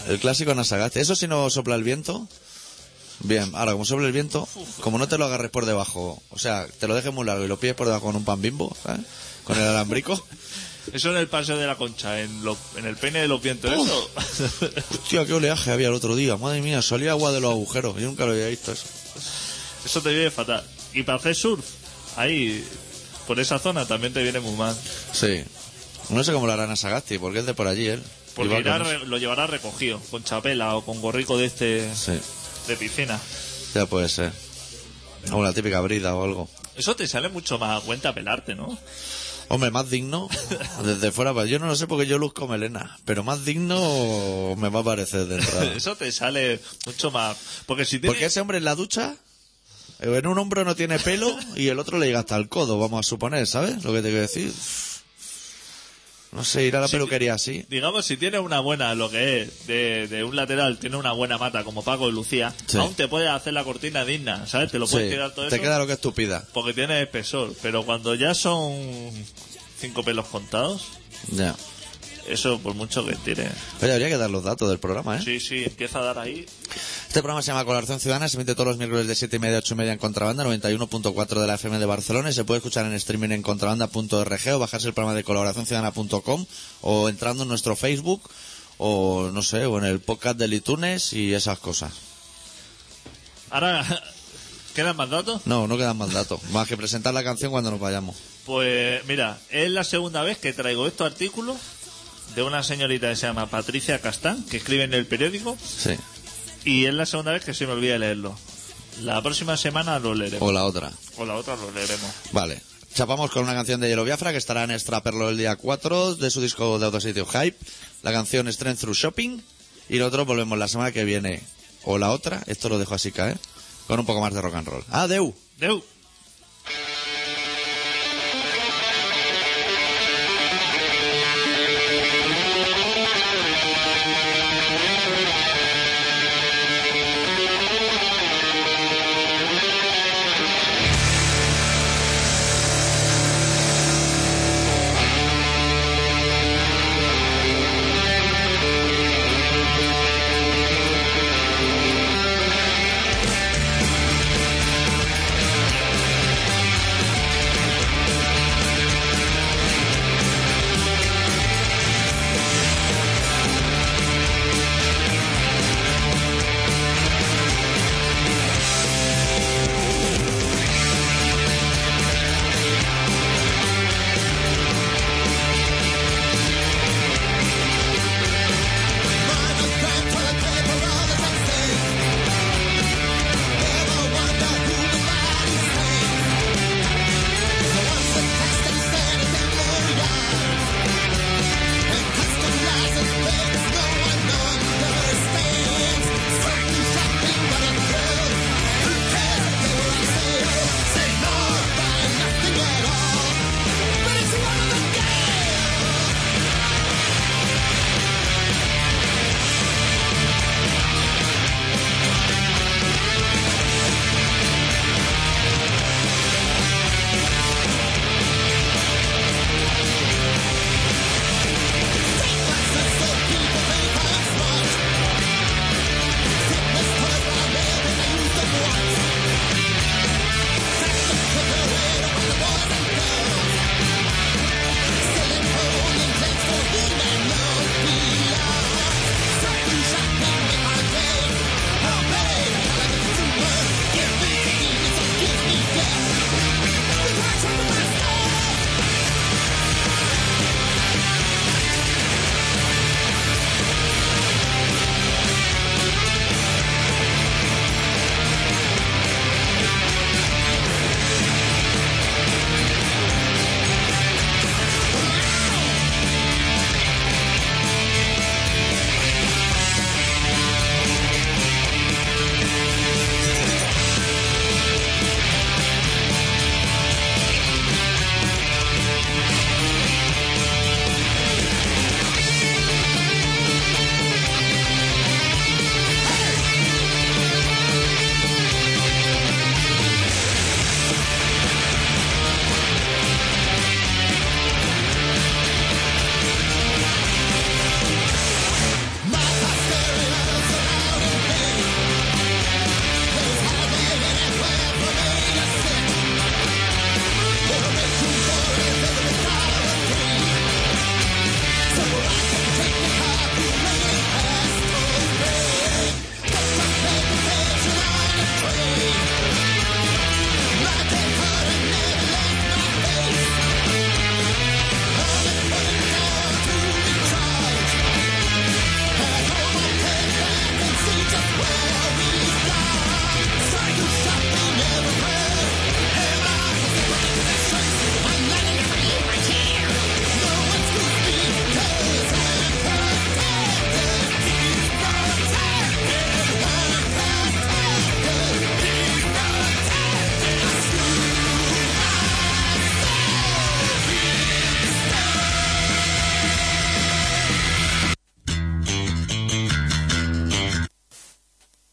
B: El clásico Nasagasti. Eso si no sopla el viento. Bien, ahora como sopla el viento, como no te lo agarres por debajo, o sea, te lo dejes muy largo y lo pilles por debajo con un pan bimbo, ¿sabes? Con el alambrico.
A: Eso en el paseo de la concha, en, lo- en el pene de los vientos. Eso.
B: Hostia, qué oleaje había el otro día. Madre mía, salía agua de los agujeros. Yo nunca lo había visto eso.
A: eso te viene fatal. Y para hacer surf, ahí, por esa zona, también te viene muy mal.
B: Sí. No sé cómo lo harán a Sagasti, porque es de por allí él.
A: Porque
B: Igual
A: irá
B: que no
A: re- lo llevará recogido, con chapela o con gorrico de este
B: sé. Sí,
A: de piscina.
B: ya puede ser. O una típica brida o algo.
A: Eso te sale mucho más a cuenta pelarte, ¿no?
B: Hombre, más digno, desde fuera para... Yo no lo sé porque yo luzco melena, pero más digno me va a parecer de entrada.
A: Eso te sale mucho más. Porque si tienes.
B: Porque ese hombre en la ducha, en un hombro no tiene pelo y el otro le llega hasta el codo, vamos a suponer, ¿sabes? Lo que te quiero decir. No sé, ir a la peluquería así.
A: Digamos, si tienes una buena, lo que es, de, de un lateral, tiene una buena mata como Paco y Lucía,
B: Sí.
A: aún te puedes hacer la cortina digna, ¿sabes? Te lo puedes
B: Sí,
A: tirar todo
B: te
A: eso.
B: queda lo que estupida.
A: Porque tiene espesor, pero cuando ya son cinco pelos contados,
B: Ya.
A: eso por mucho que tire.
B: Oye, habría que dar los datos del programa, ¿eh?
A: Sí, sí, empieza a dar ahí.
B: Este programa se llama Colaboración Ciudadana, se emite todos los miércoles de 7 y media a 8 y media en Contrabanda, 91.4 de la FM de Barcelona y se puede escuchar en streaming en contrabanda.org o bajarse el programa de colaboraciónciudadana.com o entrando en nuestro Facebook o no sé, o en el podcast del iTunes y esas cosas.
A: Ahora, ¿quedan más datos?
B: No, no quedan más datos, más que presentar la canción cuando nos vayamos.
A: Pues mira, es la segunda vez que traigo estos artículos de una señorita que se llama Patricia Castán, que escribe en el periódico,
B: Sí.
A: y es la segunda vez que se me olvida leerlo. La próxima semana lo leeremos.
B: O la otra.
A: O la otra lo leeremos.
B: Vale. Chapamos con una canción de Yellow Biafra que estará en Extra Perlo el día 4 de su disco de Autositio Hype. La canción es Trend Through Shopping. Y nosotros volvemos la semana que viene. O la otra, esto lo dejo así caer, con un poco más de rock and roll. ¡Adeu!
A: Deu.